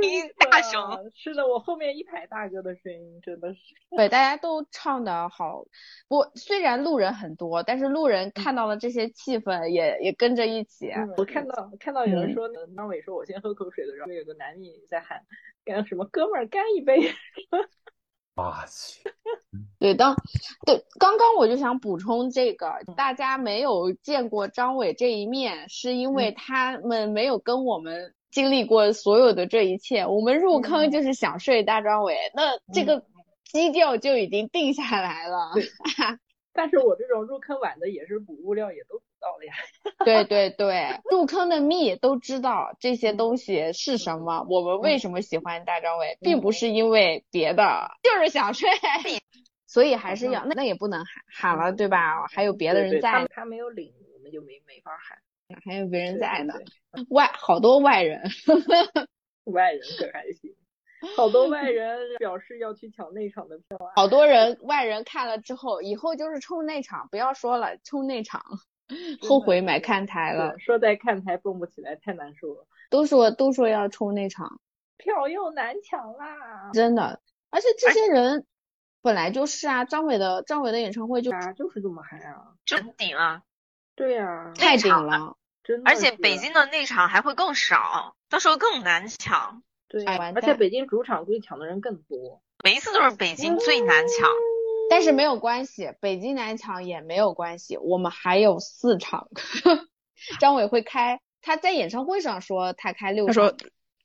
Speaker 4: 大声。
Speaker 2: 嗯是的啊是的，我后面一排大哥的声音真的是
Speaker 1: 对，大家都唱的好。不，虽然路人很多，但是路人看到了这些气氛也，也跟着一起。
Speaker 2: 嗯我看到看到有
Speaker 1: 嗯
Speaker 2: 人说，呃张伟说我先喝口水的时候，有个男女在喊干什么哥们儿干一杯， <laughs>
Speaker 3: 我去，
Speaker 1: 对，当对刚刚我就想补充这个，大家没有见过张伟这一面，是因为他们没有跟我们经历过所有的这一切。我们入坑就是想睡大张伟，那这个基调就已经定下来了。
Speaker 2: 但是我这种入坑晚的也是补物料也都补到了呀。
Speaker 1: <laughs> 对对对，入坑的蜜都知道这些东西是什么，我们为什么喜欢大张伟，并不是因为别的，就是想睡， <laughs> 所以还是要那那也不能喊喊了，对吧？还有别的
Speaker 2: 对对
Speaker 1: 人
Speaker 2: 他
Speaker 1: 在
Speaker 2: 们，他没有领，我们就没没法喊。
Speaker 1: 还有别人
Speaker 2: 对
Speaker 1: 在
Speaker 2: 对
Speaker 1: 呢，
Speaker 2: 对
Speaker 1: 外好多外人，
Speaker 2: 外人可还行，好多外
Speaker 1: <laughs>
Speaker 2: 人表示要去抢内场的票啊。
Speaker 1: 好多人外人看了之后，以后就是冲内场，不要说了，冲内场，后悔买看台了
Speaker 2: 对，说在看台蹦不起来，太难受了，
Speaker 1: 都说都说要冲内场。
Speaker 2: 票又难抢啦。
Speaker 1: 真的，而且这些人本来就是啊，张伟的张伟的演唱会就
Speaker 2: 啊，就是这么嗨啊！
Speaker 4: 就很顶啊！
Speaker 2: 对呀、啊，
Speaker 1: 太顶
Speaker 4: 场
Speaker 1: 了，
Speaker 2: 真的
Speaker 4: 而
Speaker 2: 是。
Speaker 4: 且北京的内场还会更少，到时候更难抢。
Speaker 2: 对、
Speaker 1: 哎完
Speaker 2: 而
Speaker 1: 蛋
Speaker 2: 且北京主场估计抢的人更多。
Speaker 4: 每一次都是北京最难抢，
Speaker 1: 但是没有关系，北京南场也没有关系，我们还有四场， <laughs> 张伟会开，他在演唱会上说他开六
Speaker 5: 他
Speaker 1: 场，
Speaker 5: 说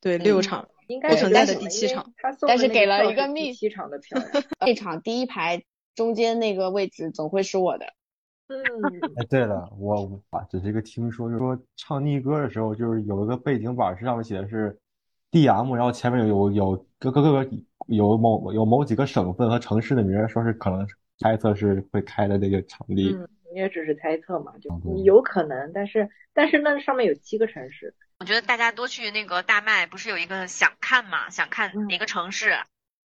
Speaker 5: 对
Speaker 7: 嗯
Speaker 5: 六场，
Speaker 2: 应该
Speaker 1: 不
Speaker 2: 是
Speaker 1: 存在的
Speaker 2: 六
Speaker 5: 第七
Speaker 2: 因为
Speaker 5: 场
Speaker 2: 他送
Speaker 1: 但
Speaker 2: 的
Speaker 1: 是
Speaker 2: 那
Speaker 1: 给了
Speaker 2: 票
Speaker 1: 一个
Speaker 2: 是
Speaker 1: 密
Speaker 2: 第七场的票呀。
Speaker 1: 这场第一排中间那个位置总会是我的，
Speaker 2: <laughs> 嗯，
Speaker 3: 哎，对了，我我啊，只是一个听说，就是说唱逆歌的时候，就是有一个背景板，是上面写的是 DM，然后前面有有有各各各个有某有某几个省份和城市的名儿，说是可能猜测是会开的那个场地。
Speaker 2: 嗯，也只是猜测嘛，就
Speaker 3: 嗯
Speaker 2: 有可能，但是但是那上面有七个城市，
Speaker 4: 我觉得大家多去那个大麦，不是有一个想看嘛？想看哪个城市，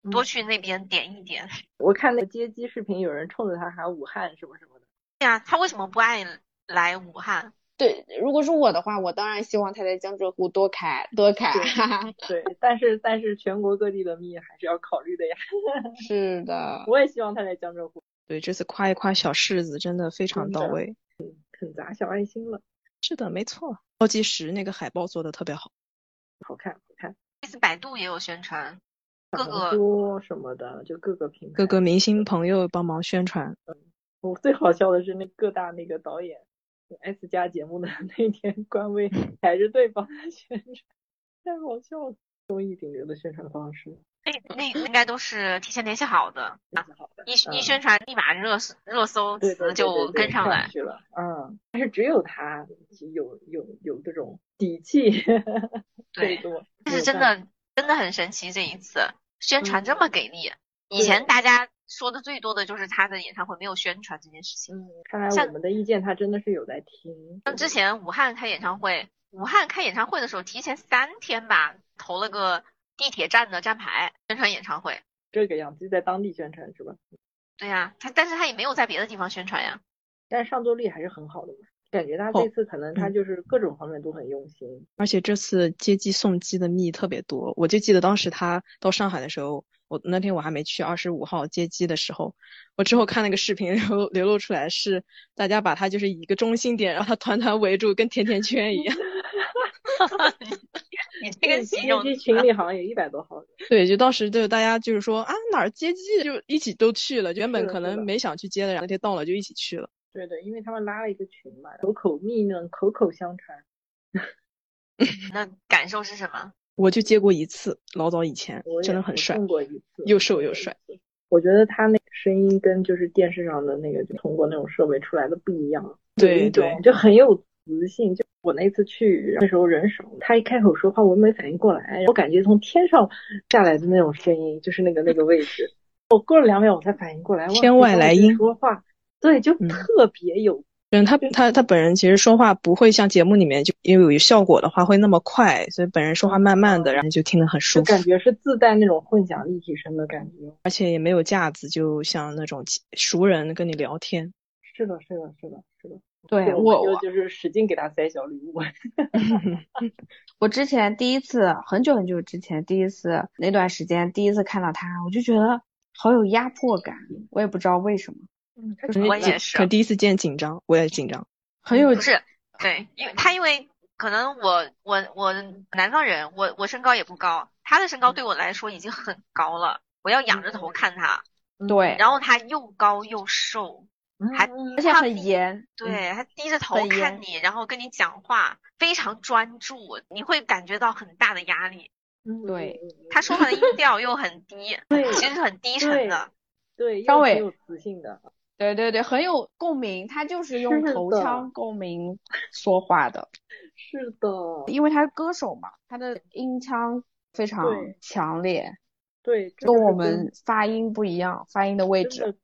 Speaker 2: 嗯
Speaker 4: 多去那边点一点。
Speaker 2: 我看那个街机视频，有人冲着他喊武汉什么什么的。
Speaker 4: 对呀、他为什么不爱来武汉？
Speaker 1: 对，如果是我的话，我当然希望他在江浙沪多开多开，
Speaker 2: 对
Speaker 1: 哈哈，
Speaker 2: 对，但是但是全国各地的蜜还是要考虑的呀。
Speaker 1: 是的，
Speaker 2: 我也希望他在江浙沪，
Speaker 5: 对，这次夸一夸小柿子真的非常
Speaker 2: 真
Speaker 5: 到
Speaker 2: 的
Speaker 5: 位。
Speaker 2: 肯砸小爱心了，
Speaker 5: 是的，没错，倒计时那个海报做的特别好。
Speaker 2: 好看好看。
Speaker 4: 这次百度也有宣传，各
Speaker 2: 小红
Speaker 4: 个
Speaker 2: 书什么的，就各个平台。
Speaker 5: 各个明星朋友帮忙宣传，
Speaker 2: 我最好笑的是那各大那个导演， S 加节目的 <laughs> 那天，官微
Speaker 4: 嗯
Speaker 2: 排着队帮他宣传，太好笑了，综艺顶流的宣传方式，
Speaker 4: 那那应该都是提前联系好的，
Speaker 2: 那是好的。
Speaker 4: 一一
Speaker 2: 嗯
Speaker 4: 宣传立马热搜热搜
Speaker 2: 对对
Speaker 4: 词就跟上来。
Speaker 2: 去了，嗯，但是只有他有有有这种底气，
Speaker 4: 对
Speaker 2: <laughs> 最多，
Speaker 4: 但是
Speaker 2: 有
Speaker 4: 真
Speaker 2: 办
Speaker 4: 的真的很神奇，这一次宣传这
Speaker 2: 嗯
Speaker 4: 么给力。以前大家说的最多的就是他的演唱会没有宣传这件事情。
Speaker 2: 嗯，看来
Speaker 4: 像
Speaker 2: 我们的意见他真的是有在听。
Speaker 4: 像之前武汉开演唱会，武汉开演唱会的时候，提前三天吧投了个地铁站的站牌宣传演唱会。
Speaker 2: 这个样子，就在当地宣传是吧？
Speaker 4: 对呀、他但是他也没有在别的地方宣传呀。
Speaker 2: 但是上座率还是很好的嘛，感觉他
Speaker 7: 哦
Speaker 2: 这次可能他
Speaker 7: 嗯
Speaker 2: 就是各种方面都很用心。
Speaker 7: 而且这次接机送机的密特别多，我就记得当时他到上海的时候，我那天我还没去，二十五号接机的时候，我之后看那个视频 <laughs> 流流露出来是大家把他就是以一个中心点，然后他团团围住，跟甜甜圈一样。 <laughs>
Speaker 4: 你这个形容啊
Speaker 2: 这群里好像有一百多号人，
Speaker 7: 对，就当时就大家就是说啊哪儿接机就一起都去了，原本
Speaker 2: 是的
Speaker 7: 可
Speaker 2: 是
Speaker 7: 能
Speaker 2: 的
Speaker 7: 没想去接的，然后那天到了就一起去了。
Speaker 2: 对对，因为他们拉了一个群嘛，口口蜜呢，口口相传。
Speaker 4: 那感受是什么？
Speaker 7: 我就接过一次，老早以前
Speaker 2: 我也
Speaker 7: 真的
Speaker 2: 我
Speaker 7: 很帅，
Speaker 2: 送过一次，
Speaker 7: 又瘦
Speaker 2: 送
Speaker 7: 又
Speaker 2: 过一
Speaker 7: 帅
Speaker 2: 次。我觉得他那个声音跟就是电视上的那个，就通过那种设备出来的不一样，有
Speaker 7: 对
Speaker 2: 一
Speaker 7: 对
Speaker 2: 种就很有磁性。就我那次去，那时候人少，他一开口说话，我没反应过来，我感觉从天上下来的那种声音，就是那个那个位置。我过了两秒，我才反应过来，哇
Speaker 7: 天外
Speaker 2: 这
Speaker 7: 来
Speaker 2: 帮人
Speaker 7: 音
Speaker 2: 说话，对，就
Speaker 7: 嗯
Speaker 2: 特别有
Speaker 7: 嗯，他他他本人其实说话不会像节目里面就因为有效果的话会那么快，所以本人说话慢慢的，然后就听得很舒
Speaker 2: 就
Speaker 7: 服
Speaker 2: 感，觉是自带那种混响立体声的感觉。
Speaker 7: 而且也没有架子，就像那种亲熟人跟你聊天。
Speaker 2: 是的，是的，是的，是的。
Speaker 1: 对
Speaker 2: 我
Speaker 1: 我
Speaker 2: 们
Speaker 1: 我
Speaker 2: 就就是使劲给他塞小礼物。
Speaker 1: 我之前第一次很久很久之前第一次那段时间第一次看到他，我就觉得好有压迫感，我也不知道为什么，
Speaker 2: 嗯，他
Speaker 4: 我
Speaker 7: 紧
Speaker 4: 也是
Speaker 7: 可能第一次见紧张，我也紧张。
Speaker 2: 嗯
Speaker 1: 很有
Speaker 4: 不是，对，因为他因为可能我我我南方人，我我身高也不高，他的身高对我来说已经很高了，我要仰着头看他，
Speaker 2: 嗯
Speaker 1: 对，
Speaker 4: 然后他又高又瘦，还
Speaker 2: 嗯
Speaker 1: 而且很严，
Speaker 4: 对，他低着头
Speaker 1: 很
Speaker 4: 看
Speaker 1: 严
Speaker 4: 你，然后跟你讲话，非常专注，你会感觉到很大的压力。
Speaker 1: 对，
Speaker 4: 他说
Speaker 2: <laughs>
Speaker 4: 话的音调又很低，其实是很低沉的。
Speaker 2: 对，又
Speaker 1: 张伟
Speaker 2: 挺有磁性的，
Speaker 1: 对对对，很有共鸣，他就是用
Speaker 2: 是
Speaker 1: 头
Speaker 2: 的
Speaker 1: 腔共鸣说话的，
Speaker 2: 是的，
Speaker 1: 因为他是歌手嘛，他的音腔非常
Speaker 2: 对
Speaker 1: 强烈，
Speaker 2: 对，这
Speaker 1: 跟
Speaker 2: 就是
Speaker 1: 我们发音不一样，发音的位
Speaker 2: 真
Speaker 1: 置。
Speaker 2: 的，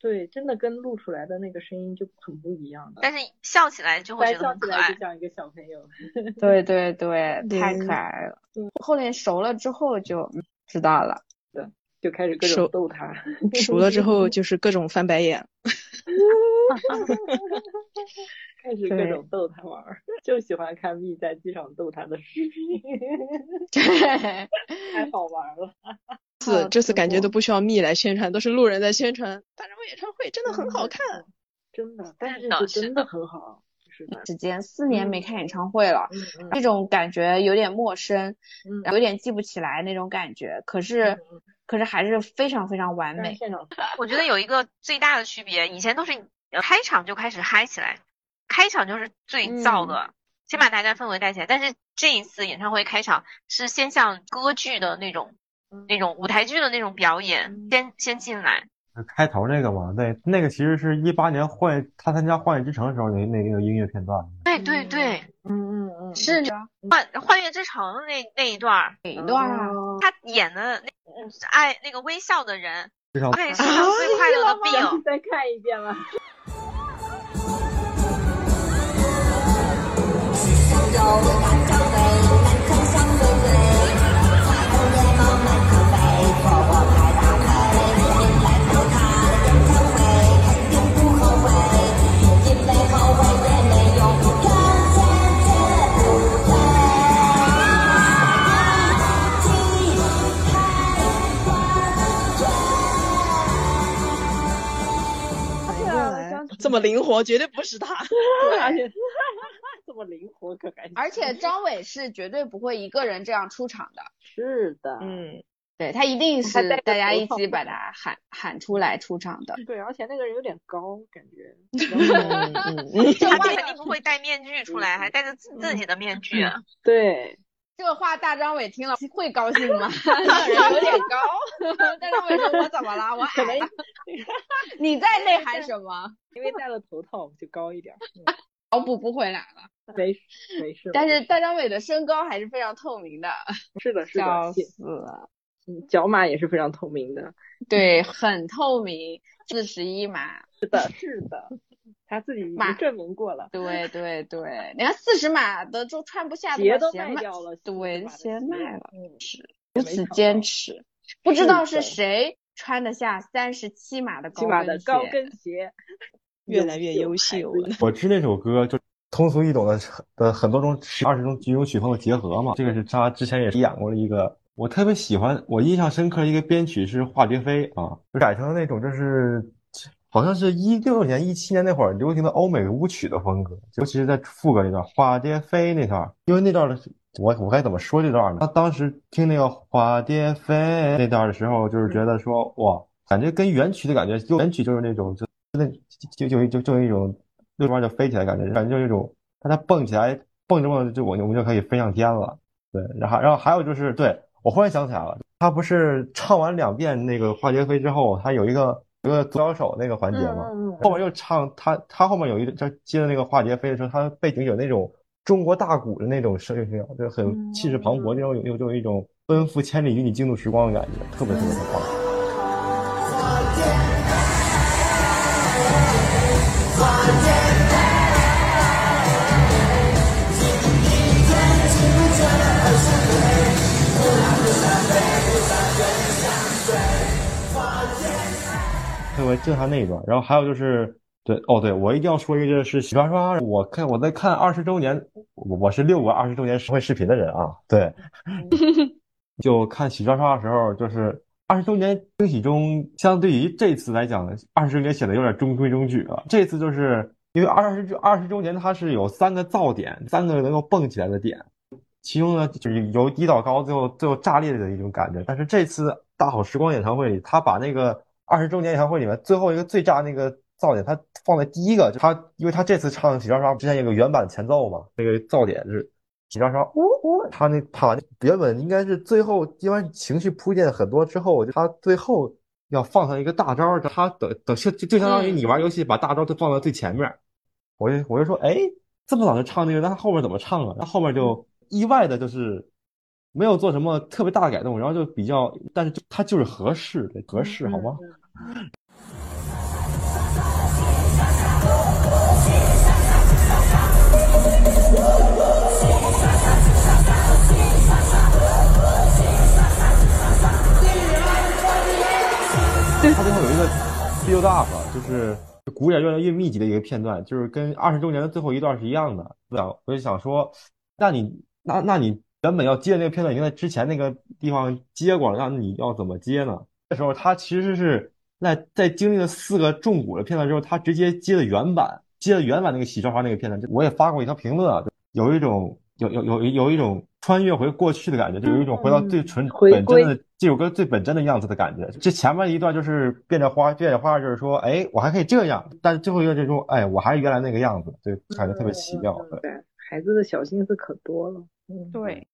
Speaker 2: 对，真的跟录出来的那个声音就很不一样的，
Speaker 4: 但是笑起来就
Speaker 2: 大
Speaker 4: 会
Speaker 2: 家
Speaker 4: 觉得
Speaker 2: 笑
Speaker 4: 很
Speaker 2: 起
Speaker 4: 可
Speaker 2: 来
Speaker 4: 爱
Speaker 2: 就，像一个小朋友。
Speaker 1: 对对对，太
Speaker 7: 对
Speaker 1: 可爱了。后面熟了之后就嗯知道了。 <laughs>
Speaker 2: 就开始各种
Speaker 7: 手
Speaker 2: 逗他，
Speaker 7: 熟了之后就是各种翻白眼，
Speaker 2: 开始各
Speaker 1: 对
Speaker 2: 种逗他玩儿，就喜欢看 B 在机场逗他的视频，
Speaker 1: 对，
Speaker 2: 太好玩儿了。
Speaker 1: 好
Speaker 2: 哦
Speaker 7: 这这次
Speaker 1: 的
Speaker 7: 感觉
Speaker 1: 我
Speaker 7: 都不需要蜜来宣传，都是路人在宣传。大张伟演唱会真
Speaker 2: 嗯
Speaker 7: 的很
Speaker 1: 嗯
Speaker 7: 好看，
Speaker 2: 真的，但是
Speaker 4: 的
Speaker 2: 就是真的很好，
Speaker 1: <laughs>
Speaker 2: 是的，
Speaker 1: 时间四年没
Speaker 2: 嗯
Speaker 1: 看演唱会了，
Speaker 2: 嗯嗯
Speaker 1: 这种感觉有点陌生，
Speaker 2: 嗯，
Speaker 1: 然后有点记不起来那种感觉。可是，可是还是非常非常完
Speaker 2: 但是
Speaker 1: 美。
Speaker 2: 现场
Speaker 4: 我觉得有一个最大的区别，以前都是呃开场就开始嗨起来，开场就是最燥
Speaker 2: 嗯
Speaker 4: 的，先把大家氛围带起来。但是这一次演唱会开场是先像歌剧的那种、
Speaker 2: 嗯
Speaker 4: 那种舞台剧的那种表演，先先进来，
Speaker 3: 开头那个嘛，对，那个其实是一八年幻他参加《幻乐之城》的时候那那个音乐片段。
Speaker 4: 对对对，
Speaker 2: 嗯嗯嗯，
Speaker 1: 是的，
Speaker 4: 幻幻乐之城的那那一段儿，嗯
Speaker 1: 哪一段啊？
Speaker 4: 他演的那嗯爱那个微笑的人，
Speaker 3: 至少
Speaker 4: 对，世上
Speaker 1: 啊
Speaker 4: 最快乐的
Speaker 1: <laughs>
Speaker 2: 要
Speaker 4: 病
Speaker 2: 去。再看一遍了。
Speaker 1: 对啊
Speaker 7: 反应过
Speaker 1: 我
Speaker 7: 来
Speaker 1: 想起
Speaker 7: 这么灵活，绝对不是他。
Speaker 1: 啊
Speaker 2: 而且 <laughs> 这么灵活可感觉。
Speaker 1: 而且张伟是绝对不会一个人这样出场的，
Speaker 2: <laughs> 是的，
Speaker 7: <laughs> 嗯，
Speaker 1: 对他一定
Speaker 2: 他
Speaker 1: 是
Speaker 2: 戴个
Speaker 1: 大家
Speaker 2: 头
Speaker 1: 一
Speaker 2: 套
Speaker 1: 起把他喊喊出来出场的。
Speaker 2: <laughs> 对，而且那个人有点高，感觉。
Speaker 1: <laughs>
Speaker 5: 嗯嗯，
Speaker 4: <laughs> 他肯定不会戴面具出来，还戴着自自己的面具。啊
Speaker 2: 对，
Speaker 1: 这话大张伟听了会高兴吗？ <laughs> 那人有点高。大张伟说：“我怎么了？我
Speaker 2: 可
Speaker 1: 矮
Speaker 2: 能
Speaker 1: 了。 <laughs> 你在内涵什么？<laughs>
Speaker 2: 因为戴了头套就高一点儿。
Speaker 1: 脑补不回来了。
Speaker 2: 嗯没事没事，
Speaker 1: 但是大张伟的身高还是非常透明的，
Speaker 2: 是的，是
Speaker 7: 笑
Speaker 2: 的，
Speaker 7: 死
Speaker 2: 也
Speaker 7: 了。
Speaker 2: 嗯脚码也是非常透明的。
Speaker 1: 对，很透明，四十一码。
Speaker 2: 是的，是的，他自己已
Speaker 1: 码
Speaker 2: 经证明过了，
Speaker 1: 对对对，你看四十码的都穿不下，
Speaker 2: 鞋
Speaker 1: 把
Speaker 2: 都
Speaker 1: 鞋
Speaker 2: 卖
Speaker 1: 卖
Speaker 2: 掉了，
Speaker 1: 对，鞋
Speaker 2: 鞋
Speaker 1: 卖了，
Speaker 2: 嗯，
Speaker 1: 如
Speaker 2: 也没
Speaker 1: 此
Speaker 2: 想
Speaker 1: 坚
Speaker 2: 到
Speaker 1: 持，不知
Speaker 2: 是
Speaker 1: 道是
Speaker 2: 的
Speaker 1: 谁穿得下三十七码的
Speaker 2: 起
Speaker 1: 高
Speaker 2: 码的
Speaker 1: 跟
Speaker 2: 高
Speaker 1: 鞋。
Speaker 2: 跟鞋，
Speaker 5: 越来越优
Speaker 2: 孩
Speaker 5: 秀
Speaker 2: 子
Speaker 5: 了。
Speaker 3: 我知那首歌就通俗易懂的的很多种十二十种几种曲风的结合嘛。这个是他之前也演过的一个，我特别喜欢，我印象深刻的一个编曲是华蝶飞啊，就改成了那种就是好像是一六年一七年那会儿流行的欧美舞曲的风格，尤其是在副歌那段华蝶飞那段，因为那段的我我该怎么说这段呢？他当时听那个华蝶飞那段的时候，就是觉得说哇，感觉跟原曲的感觉，就原曲就是那种就那就就就就有一种六边就飞起来的感觉，感觉就是一种，但它蹦起来蹦着蹦着就我就我们就可以飞上天了。对，然后然后还有就是，对我忽然想起来了，他不是唱完两遍那个化蝶飞之后，他有一个有一个左摇手那个环节吗？
Speaker 2: 嗯嗯嗯
Speaker 3: 后面又唱他他后面有一段接着那个化蝶飞的时候，他背景有那种中国大鼓的那种声音，就是很气势磅礴，那种有有有一种奔赴千里与你共度时光的感觉，特别特别的棒。特别震撼那一段。然后还有就是，对，哦，对，我一定要说一个是洗刷刷，我看我在看二十周年，我我是六个二十周年实惠视频的人啊，对， <laughs> 就看洗刷刷的时候，就是二十周年惊喜中，相对于这次来讲，二十周年显得有点中规中矩了。这次就是因为二十二十周年它是有三个噪点，三个能够蹦起来的点。其中呢，就是由低到高，最后最后炸裂的一种感觉。但是这次大好时光演唱会里，他把那个二十周年演唱会里面最后一个最炸那个噪点，他放在第一个，就他因为他这次唱《喜刷刷》之前有个原版前奏嘛，那个噪点是喜刷刷，呜呜，他那把原本应该是最后，因为情绪铺垫很多之后，他最后要放上一个大招儿，他等等就就就相当于你玩游戏把大招都放到最前面儿，我就我就说，哎，这么早就唱这个，那后面怎么唱啊？那后面就意外的就是没有做什么特别大的改动，然后就比较，但是就它就是合适，对合适，好吗？它最后有一个 build up，就是啊鼓点越来越密集的一个片段，就是跟二十周年的最后一段是一样的。对啊，我就想说，那你那那你原本要接的那个片段已经在之前那个地方接过了，那你要怎么接呢？这时候他其实是在在经历了四个重鼓的片段之后，他直接接的原版，接的原版那个喜鹊花那个片段，我也发过一条评论啊，有一种有有有有一种穿越回过去的感觉，就有一种回到最纯
Speaker 2: 嗯回
Speaker 3: 本真
Speaker 2: 归
Speaker 3: 的这首歌最本真的样子的感觉。这前面一段就是变着花变着花，就是说，哎，我还可以这样，但是最后一个就是说，哎，我还是原来那个样子，对，感觉特别奇妙。嗯对。
Speaker 2: 对，孩子的小心思可多了。嗯，
Speaker 5: 对，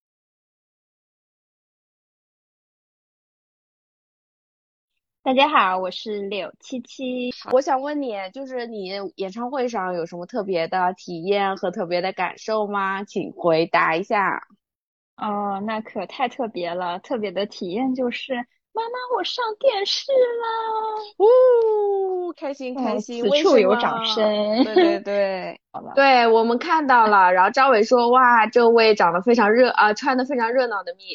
Speaker 9: 大家好，我是柳七七。
Speaker 1: 我想问你，就是你演唱会上有什么特别的体验和特别的感受吗？请回答一下。
Speaker 9: 哦，那可太特别了，特别的体验就是妈妈，我上电视啦！
Speaker 1: 呜，开心
Speaker 9: 哦
Speaker 1: 开心，
Speaker 9: 此
Speaker 1: 为
Speaker 9: 处
Speaker 1: 什
Speaker 9: 有掌
Speaker 1: 么
Speaker 9: 声
Speaker 1: 对对 <laughs> 对，
Speaker 9: 好了，
Speaker 1: 对我们看到了。然后张伟说：“哇，这位长得非常热啊、穿的非常热闹的蜜。
Speaker 9: <laughs>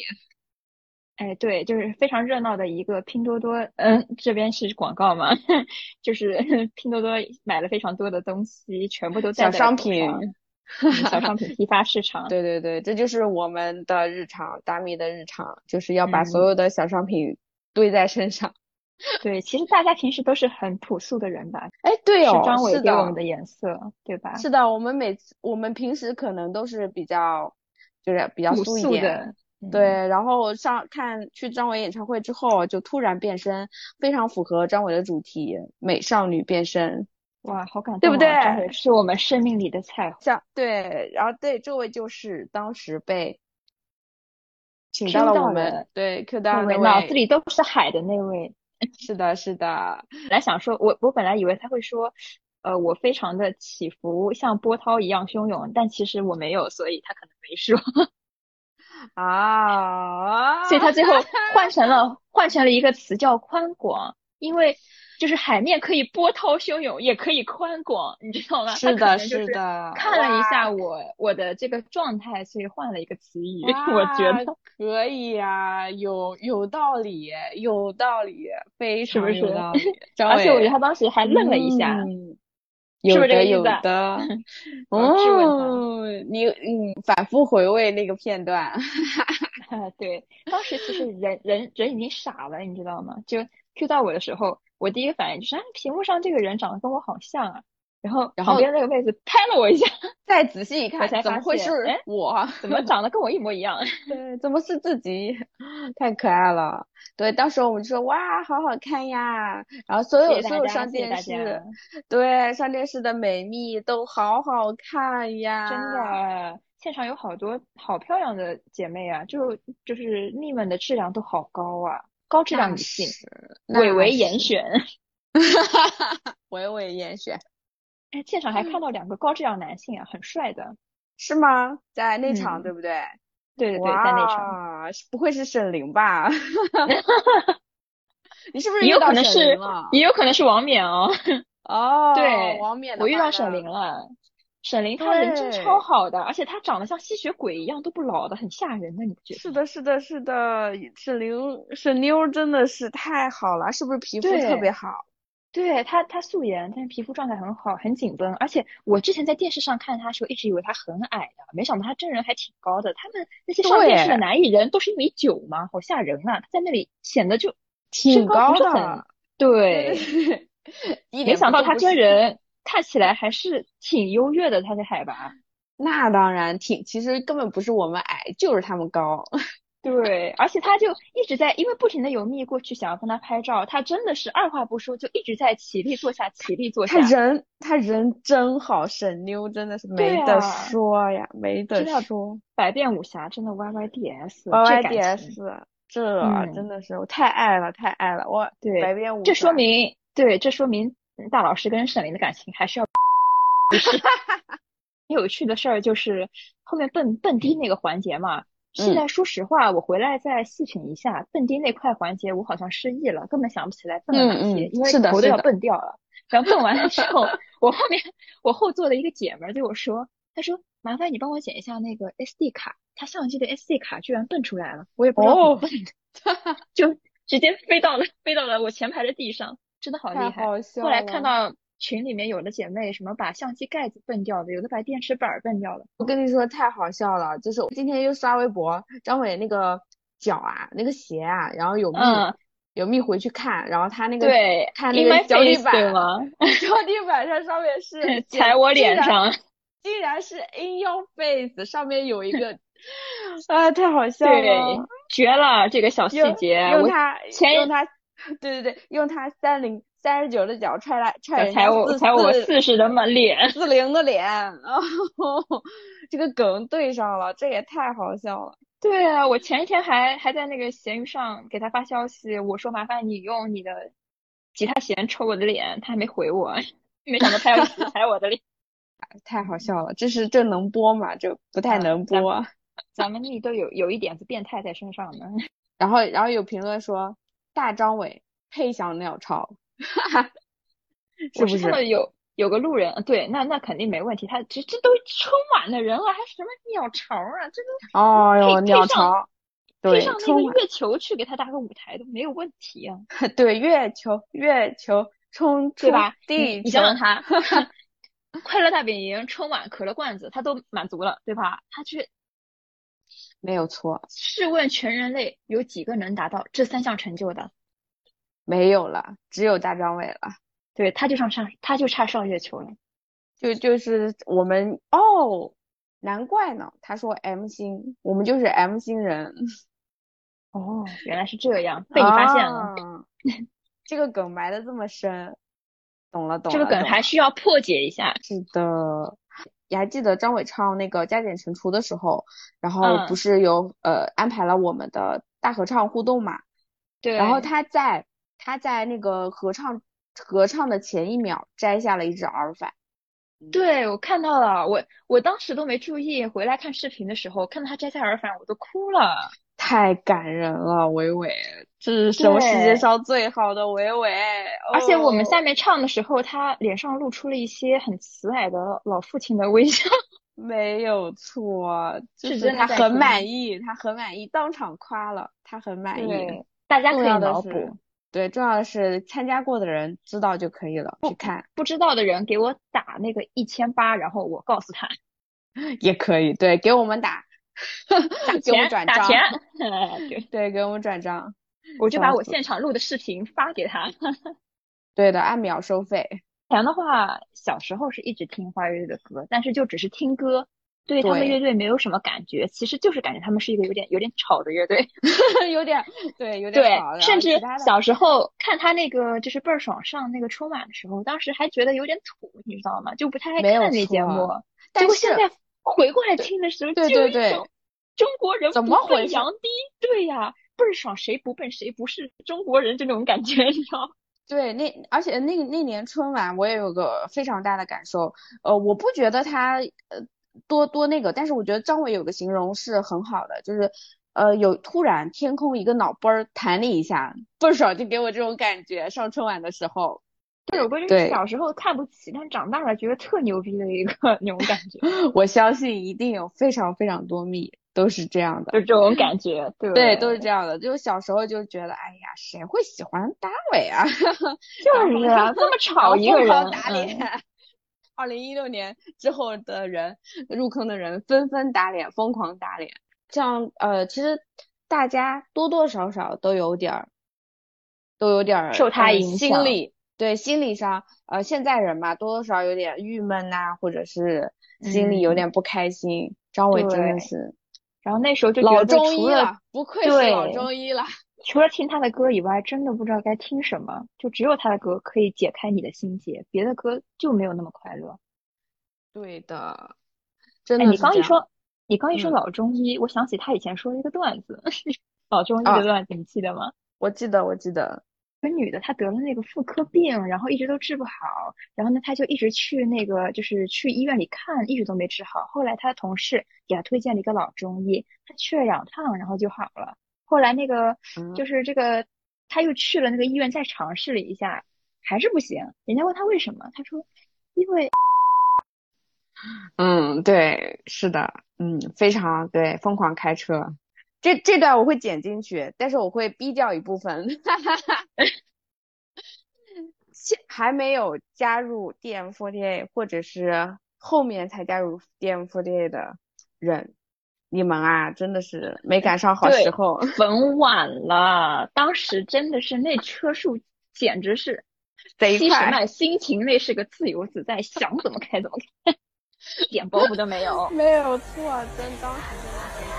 Speaker 9: 哎，对，就是非常热闹的一个拼多多，嗯，这边是广告嘛， <laughs> 就是 <laughs> 拼多多买了非常多的东西，全部都带
Speaker 1: 小
Speaker 9: 在
Speaker 1: 商
Speaker 9: 手上
Speaker 1: 品
Speaker 9: 嗯小商品批发市场，
Speaker 1: 对对对，这就是我们的日常，达米的日常，就是要把所
Speaker 9: 嗯
Speaker 1: 有的小商品堆在身上。
Speaker 9: <laughs> 对，其实大家平时都是很朴素的人吧，
Speaker 1: 哎，对
Speaker 9: 是
Speaker 1: 哦，
Speaker 9: 张伟
Speaker 1: 是
Speaker 9: 给我
Speaker 1: 的
Speaker 9: 们的颜色，对吧？
Speaker 1: 是的，我们每次我们平时可能都是比较，就是比较
Speaker 9: 朴
Speaker 1: 素一
Speaker 9: 素
Speaker 1: 点，
Speaker 9: 的，嗯
Speaker 1: 对，然后上看去张伟演唱会之后，就突然变身，非常符合张伟的主题——美少女变身。
Speaker 9: 哇，好感动、啊，
Speaker 1: 对不对
Speaker 9: 张伟是我们生命里的菜花。
Speaker 1: 像对，然后对，这位就是当时被请
Speaker 9: Q
Speaker 1: 到了
Speaker 9: 到
Speaker 1: 我们
Speaker 9: 的
Speaker 1: 对 Q
Speaker 9: 那
Speaker 1: 到
Speaker 9: 位
Speaker 1: 那
Speaker 9: 脑子
Speaker 1: 位，
Speaker 9: 里都是海的那位。
Speaker 1: 是的，是的，
Speaker 9: 本来想说，我我本来以为他会说，呃，我非常的起伏，像波涛一样汹涌，但其实我没有，所以他可能没说，
Speaker 1: <laughs> 啊，
Speaker 9: 所以他最后换成了换成了一个词叫宽广，因为就是海面可以波涛汹涌，也可以宽广，你知道吗？他
Speaker 1: 是
Speaker 9: 可
Speaker 1: 的，
Speaker 9: 能就是
Speaker 1: 的，
Speaker 9: 看了一
Speaker 1: 哇
Speaker 9: 下我我的这个状态，所以换了一个词语，我
Speaker 1: 哇，
Speaker 9: 觉得
Speaker 1: 可以啊，有有道理，有道理，非
Speaker 9: 是不
Speaker 1: 常有
Speaker 9: 是？
Speaker 1: 道理。张
Speaker 9: <laughs> 而且我觉
Speaker 1: 伟
Speaker 9: 得他当时还愣了一下，
Speaker 1: 嗯，
Speaker 9: 是
Speaker 1: 有
Speaker 9: 不是这个
Speaker 1: 的
Speaker 9: 意
Speaker 1: 有
Speaker 9: 思？啊
Speaker 1: 的，
Speaker 9: <laughs> 我质问他。
Speaker 1: 哦，你嗯，反复回味那个片段，嗯
Speaker 9: 啊， <laughs> 对，当时其实人人人已经傻了，你知道吗？就 Q 到我的时候，我第一个反应就是，哎，屏幕上这个人长得跟我好像啊。然后
Speaker 1: 然
Speaker 9: 旁
Speaker 1: 后
Speaker 9: 边那个妹子拍了我一下，
Speaker 1: 再仔细一
Speaker 9: 我
Speaker 1: <laughs> 看，
Speaker 9: 才
Speaker 1: 怎
Speaker 9: 发
Speaker 1: 么会是
Speaker 9: 现，哎，
Speaker 1: 我？啊
Speaker 9: 怎么长得跟我一模一样？
Speaker 1: <laughs> 对，怎么是自己？太可爱了。对，当时我们就说哇，好好看呀！然后 <laughs> 所
Speaker 9: 谢
Speaker 1: 有
Speaker 9: 谢
Speaker 1: 所
Speaker 9: 大
Speaker 1: 有
Speaker 9: 家，
Speaker 1: 上
Speaker 9: 谢谢
Speaker 1: 电
Speaker 9: 大
Speaker 1: 视，
Speaker 9: 家，
Speaker 1: 对，上电视的美蜜都好好看
Speaker 9: 真
Speaker 1: 呀。
Speaker 9: 的，现场有好多好漂亮的姐妹啊，就就是蜜们的质量都好高啊，高质量
Speaker 1: 那
Speaker 9: 女性，
Speaker 1: 是，
Speaker 9: 伟
Speaker 1: 那 <laughs>
Speaker 9: 为严
Speaker 1: 是，
Speaker 9: 选。
Speaker 1: 唯唯严选，
Speaker 9: 哎，现场还看到两个高质量男性啊，很帅的。
Speaker 1: 是吗？在内场对
Speaker 9: 嗯，
Speaker 1: 不对？
Speaker 9: 对对对，在那场。
Speaker 1: 哇，是不会是沈凌
Speaker 9: <laughs>
Speaker 1: 吧？你是不是
Speaker 9: 也
Speaker 1: 遇
Speaker 9: 有可
Speaker 1: 到
Speaker 9: 能
Speaker 1: 沈凌
Speaker 9: 是，也
Speaker 1: 了？
Speaker 9: 有可能是王冕哦。
Speaker 1: 哦，
Speaker 9: 对，
Speaker 1: 王冕
Speaker 9: 我
Speaker 1: 的
Speaker 9: 遇
Speaker 1: 话
Speaker 9: 到
Speaker 1: 呢？
Speaker 9: 沈凌了，沈凌她人真超
Speaker 1: 对，
Speaker 9: 好的，而且她长得像吸血鬼一样都不老的，很吓人的，你不觉得
Speaker 1: 是
Speaker 9: 吗？
Speaker 1: 的，是的，是的，沈凌沈妞儿真的是太好了，是不是皮肤特别
Speaker 9: 对，
Speaker 1: 好？
Speaker 9: 对，她她素颜，但是皮肤状态很好，很紧绷。而且我之前在电视上看她的时候，一直以为她很矮的，没想到她真人还挺高的。他们那些上电视的
Speaker 1: 对，
Speaker 9: 男艺人都是一米九嘛，好吓人啊！她在那里显得就身
Speaker 1: 挺
Speaker 9: 高不
Speaker 1: 高
Speaker 9: 是
Speaker 1: 的，
Speaker 9: 很
Speaker 1: 对对
Speaker 9: 对。
Speaker 1: 对，一
Speaker 9: 没
Speaker 1: 点不
Speaker 9: 想到
Speaker 1: 重
Speaker 9: 他
Speaker 1: 不
Speaker 9: 真
Speaker 1: 是。
Speaker 9: 人看起来还是挺优越的，他的海拔。
Speaker 1: 那当然挺，其实根本不是我们矮，就是他们高。
Speaker 9: 对，而且他就一直在，因为不停的有蜜过去想要跟他拍照，他真的是二话不说就一直在起立坐下，起立坐
Speaker 1: 他
Speaker 9: 下。
Speaker 1: 人他人真好，沈妞真的是没
Speaker 9: 啊对
Speaker 1: 得
Speaker 9: 啊，
Speaker 1: 说呀，没得
Speaker 9: 真的
Speaker 1: 说。
Speaker 9: 百变武侠真的 YYDS 这感情，
Speaker 1: YYDS 这真
Speaker 9: 嗯，
Speaker 1: 的是我太爱了，太爱了，我
Speaker 9: 对，
Speaker 1: 百变武
Speaker 9: 这说
Speaker 1: 侠。
Speaker 9: 明对，这说明嗯大老师跟沈凌的感情
Speaker 1: <laughs>
Speaker 9: 还是要不是。有趣的事儿就是后面蹦蹦迪那个环节嘛。现
Speaker 1: 嗯
Speaker 9: 在说实话，我回来再细品一下蹦迪那块环节，我好像失忆了，根本想不起来蹦了
Speaker 1: 嗯
Speaker 9: 哪些，
Speaker 1: 嗯，
Speaker 9: 因为
Speaker 1: 是的，
Speaker 9: 头都
Speaker 1: 是
Speaker 9: 要
Speaker 1: 的，
Speaker 9: 蹦掉了。然后蹦完了之后， <laughs> 我后面我后座的一个姐们儿对我说，她说麻烦你帮我捡一下那个 SD 卡，她相机的 SD 卡居然蹦出来了，我也不知道怎么
Speaker 1: 哦，
Speaker 9: 蹦的，
Speaker 1: <laughs>
Speaker 9: 就直接飞到了飞到了我前排的地上，真的好
Speaker 1: 太
Speaker 9: 厉害。
Speaker 1: 好
Speaker 9: 后
Speaker 1: 笑
Speaker 9: 来看
Speaker 1: 了。
Speaker 9: 到群里面有的姐妹什么把相机盖子蹦掉的，有的把电池板儿蹦掉的。
Speaker 1: 我跟你说太好笑了，就是我今天又刷微博，张伟那个脚啊，那个鞋啊，然后有蜜，
Speaker 9: 嗯，
Speaker 1: 有蜜回去看，然后他那个
Speaker 9: 对
Speaker 1: 看那
Speaker 9: ，In
Speaker 1: 个
Speaker 9: my
Speaker 1: 脚底
Speaker 9: face，对
Speaker 1: 板，
Speaker 9: 吗？
Speaker 1: <laughs> 脚底板 <laughs> 上上面是
Speaker 9: 踩
Speaker 1: 写，
Speaker 9: 我
Speaker 1: 竟
Speaker 9: 脸
Speaker 1: 然
Speaker 9: 上，
Speaker 1: 竟然是 in your face，上面有一 <laughs> 个，啊，太好笑了，
Speaker 9: 对，绝了，这个小
Speaker 1: 用
Speaker 9: 细节，啊
Speaker 1: 用
Speaker 9: 我
Speaker 1: 他用
Speaker 9: 前
Speaker 1: 他，对对对，用他三零三十九的脚踹来踹
Speaker 9: 要
Speaker 1: 人
Speaker 9: 踩
Speaker 1: 家
Speaker 9: 我
Speaker 1: 四
Speaker 9: 踩我
Speaker 1: 四。
Speaker 9: 四十的 <laughs> 满脸，
Speaker 1: 四零的脸，哦， <laughs> 这个梗对上了，这也太好笑了。
Speaker 9: 对啊，我前一天还还在那个闲鱼上给他发消息，我说麻烦你用你的吉他弦抽我的脸，他还没回我，没想到他要一直踩我的脸。 <laughs>
Speaker 1: 哎太好笑了，这是这能播吗？这不太
Speaker 9: 嗯，
Speaker 1: 能
Speaker 9: 咱
Speaker 1: 播。啊
Speaker 9: 咱们蜜都有有一点子变态在身上呢。
Speaker 1: 然后，然后有评论说大张伟配享鸟
Speaker 9: <laughs>
Speaker 1: 巢，是
Speaker 9: 我
Speaker 1: 不
Speaker 9: 是看到
Speaker 1: 是？
Speaker 9: 有有个路人，呃对，那那肯定没问题。他这这都充满了人了，还什么鸟巢啊？这都
Speaker 1: 哦
Speaker 9: 配
Speaker 1: 哟，
Speaker 9: 配
Speaker 1: 鸟
Speaker 9: 上
Speaker 1: 巢， <laughs>
Speaker 9: 配
Speaker 1: 对，
Speaker 9: 上那个
Speaker 1: 春晚，
Speaker 9: 月球去给他搭个舞台都没有问题啊，
Speaker 1: 对，月球，月球冲
Speaker 9: 对
Speaker 1: 出
Speaker 9: 吧？你
Speaker 1: 地
Speaker 9: 你想想
Speaker 1: 球，
Speaker 9: 他， <laughs> 快乐大本营、春晚、可乐罐子，他都满足了，对吧？他去
Speaker 1: 没有错，
Speaker 9: 试问全人类有几个能达到这三项成就的？
Speaker 1: 没有了，只有大张伟了。
Speaker 9: 对，他就上上，他就差上月球了。
Speaker 1: 就就是我们哦，难怪呢，他说 M 星，我们就是 M 星人。
Speaker 9: 哦，原来是这样，嗯被你发现了。 <laughs>
Speaker 1: 啊这个梗埋的这么深，懂了懂了。
Speaker 9: 这个梗
Speaker 1: 懂
Speaker 9: 还
Speaker 1: 了
Speaker 9: 需要破解一下。
Speaker 1: 是的，你还记得张伟唱那个加减乘除的时候，然后
Speaker 9: 嗯
Speaker 1: 不是有呃安排了我们的大合唱互动嘛？
Speaker 9: 对，
Speaker 1: 然后他在他在那个合唱合唱的前一秒摘下了一只阿尔法，
Speaker 9: 对我看到了，我我当时都没注意，回来看视频的时候，看到他摘下耳返，我都哭了。
Speaker 1: 太感人了，伟伟，这是什么世界
Speaker 9: 对
Speaker 1: 上最好的伟伟？
Speaker 9: 而且我们
Speaker 1: 哦
Speaker 9: 下面唱的时候，他脸上露出了一些很慈爱的老父亲的微笑。
Speaker 1: 没有错，就是是
Speaker 9: 真的
Speaker 1: 他
Speaker 9: 在
Speaker 1: 很
Speaker 9: 听
Speaker 1: 满意，他很满意，当场夸了，他很满意。
Speaker 9: 对，大家
Speaker 1: 重
Speaker 9: 可以
Speaker 1: 要的
Speaker 9: 脑
Speaker 1: 是
Speaker 9: 补，
Speaker 1: 对，重要的是参加过的人知道就可以了，去看
Speaker 9: 不知道的人给我打那个一千八，然后我告诉他
Speaker 1: 也可以。对，给我们打，
Speaker 9: 打
Speaker 1: 给我
Speaker 9: 钱
Speaker 1: 们转
Speaker 9: 打
Speaker 1: 账，
Speaker 9: 钱。哎
Speaker 1: <laughs>
Speaker 9: 对，
Speaker 1: 对，给我们转账。
Speaker 9: 我就
Speaker 1: 笑
Speaker 9: 把我
Speaker 1: 死
Speaker 9: 现场录的视频发给他。
Speaker 1: 对的，按秒收费。
Speaker 9: 前的话，小时候是一直听花乐队的歌，但是就只是听歌，对他们
Speaker 1: 对
Speaker 9: 乐队没有什么感觉，其实就是感觉他们是一个有点有点吵的
Speaker 1: <laughs>
Speaker 9: 乐队。
Speaker 1: 有点，对，有点
Speaker 9: 嗯对
Speaker 1: 吵，然
Speaker 9: 甚
Speaker 1: 后
Speaker 9: 至
Speaker 1: 其他的，
Speaker 9: 小时候看他那个就是倍儿爽上那个春晚的时候，当时还觉得有点土，你知道吗？就不太爱
Speaker 1: 没有
Speaker 9: 看那节
Speaker 1: 错
Speaker 9: 目。结
Speaker 1: 但
Speaker 9: 果现
Speaker 1: 是
Speaker 9: 在回过来听的时候，
Speaker 1: 对
Speaker 9: 就有
Speaker 1: 对
Speaker 9: 一
Speaker 1: 对
Speaker 9: 种中国人
Speaker 1: 怎
Speaker 9: 不
Speaker 1: 么
Speaker 9: 笨
Speaker 1: 回事
Speaker 9: 洋逼，对呀，倍儿爽，谁不笨谁不是中国人这种感觉，你知道吗？
Speaker 1: 对，那而且那那年春晚，我也有个非常大的感受。呃，我不觉得他呃多多那个，但是我觉得张伟有个形容是很好的，就是呃有突然天空一个脑崩儿弹了一下，倍儿爽，就给我这种感觉。上春晚的时候，
Speaker 9: 这首歌就是
Speaker 1: 对
Speaker 9: 小时候看不起，但长大了觉得特牛逼的一个 <laughs> 那种感觉，
Speaker 1: 我相信一定有非常非常多蜜都是这样的。
Speaker 9: 就这种感觉，对
Speaker 1: 对，都是这样的。就小时候就觉得，哎呀，谁会喜欢大伟啊？然
Speaker 9: 就
Speaker 1: 后
Speaker 9: 是啊，这么吵一个
Speaker 1: 疯
Speaker 9: 人，
Speaker 1: 狂打脸
Speaker 9: 嗯，。
Speaker 1: 二零一六年之后的人入坑的人纷纷打脸，疯狂打脸。这样呃，其实大家多多少少都有点儿，都有点儿
Speaker 9: 受他
Speaker 1: 呃
Speaker 9: 影
Speaker 1: 心
Speaker 9: 响
Speaker 1: 理对心理上呃现在人嘛多多少少有点郁闷呐、或者是心里有
Speaker 9: 嗯
Speaker 1: 点不开心。张伟真的
Speaker 9: 对
Speaker 1: 是
Speaker 9: 然后那时候就
Speaker 1: 老
Speaker 9: 觉得
Speaker 1: 中
Speaker 9: 除
Speaker 1: 医
Speaker 9: 了
Speaker 1: 了，不愧是老
Speaker 9: 对
Speaker 1: 中医了。 <laughs>
Speaker 9: 除了听他的歌以外，真的不知道该听什么，就只有他的歌可以解开你的心结，别的歌就没有那么快乐。
Speaker 1: 对的，真
Speaker 9: 哎，
Speaker 1: 的
Speaker 9: 你
Speaker 1: 是
Speaker 9: 刚
Speaker 1: 这
Speaker 9: 一
Speaker 1: 样。
Speaker 9: 说，你刚一说
Speaker 1: 嗯
Speaker 9: 老中医，我想起他以前说了一个段子，老中医的
Speaker 1: 啊，
Speaker 9: 段子，你记得吗？
Speaker 1: 我记得，我记得，
Speaker 9: 有个女的她得了那个妇科病，然后一直都治不好，然后呢，她就一直去那个就是去医院里看，一直都没治好。后来她同事给她推荐了一个老中医，她去了两趟，然后就好了。后来那个
Speaker 1: 嗯，
Speaker 9: 就是这个，她又去了那个医院再尝试了一下，还是不行。人家问她为什么，她说因为
Speaker 1: 嗯，对，是的，嗯，非常对，疯狂开车，这这段我会剪进去，但是我会逼掉一部分， <laughs> 哈哈哈。现还没有加入 DM48 或者是后面才加入 DM48 的人，你们啊，真的是没赶上好时
Speaker 9: 对，
Speaker 1: 候。 <laughs>
Speaker 9: 很晚了，当时真的是那车速简直是
Speaker 1: 贼
Speaker 9: 七十
Speaker 1: 快，
Speaker 9: 迈，心情那是个自由自在， <laughs> 想怎么开怎么开，一点包袱都没有。
Speaker 1: 没有错，真当时真的是。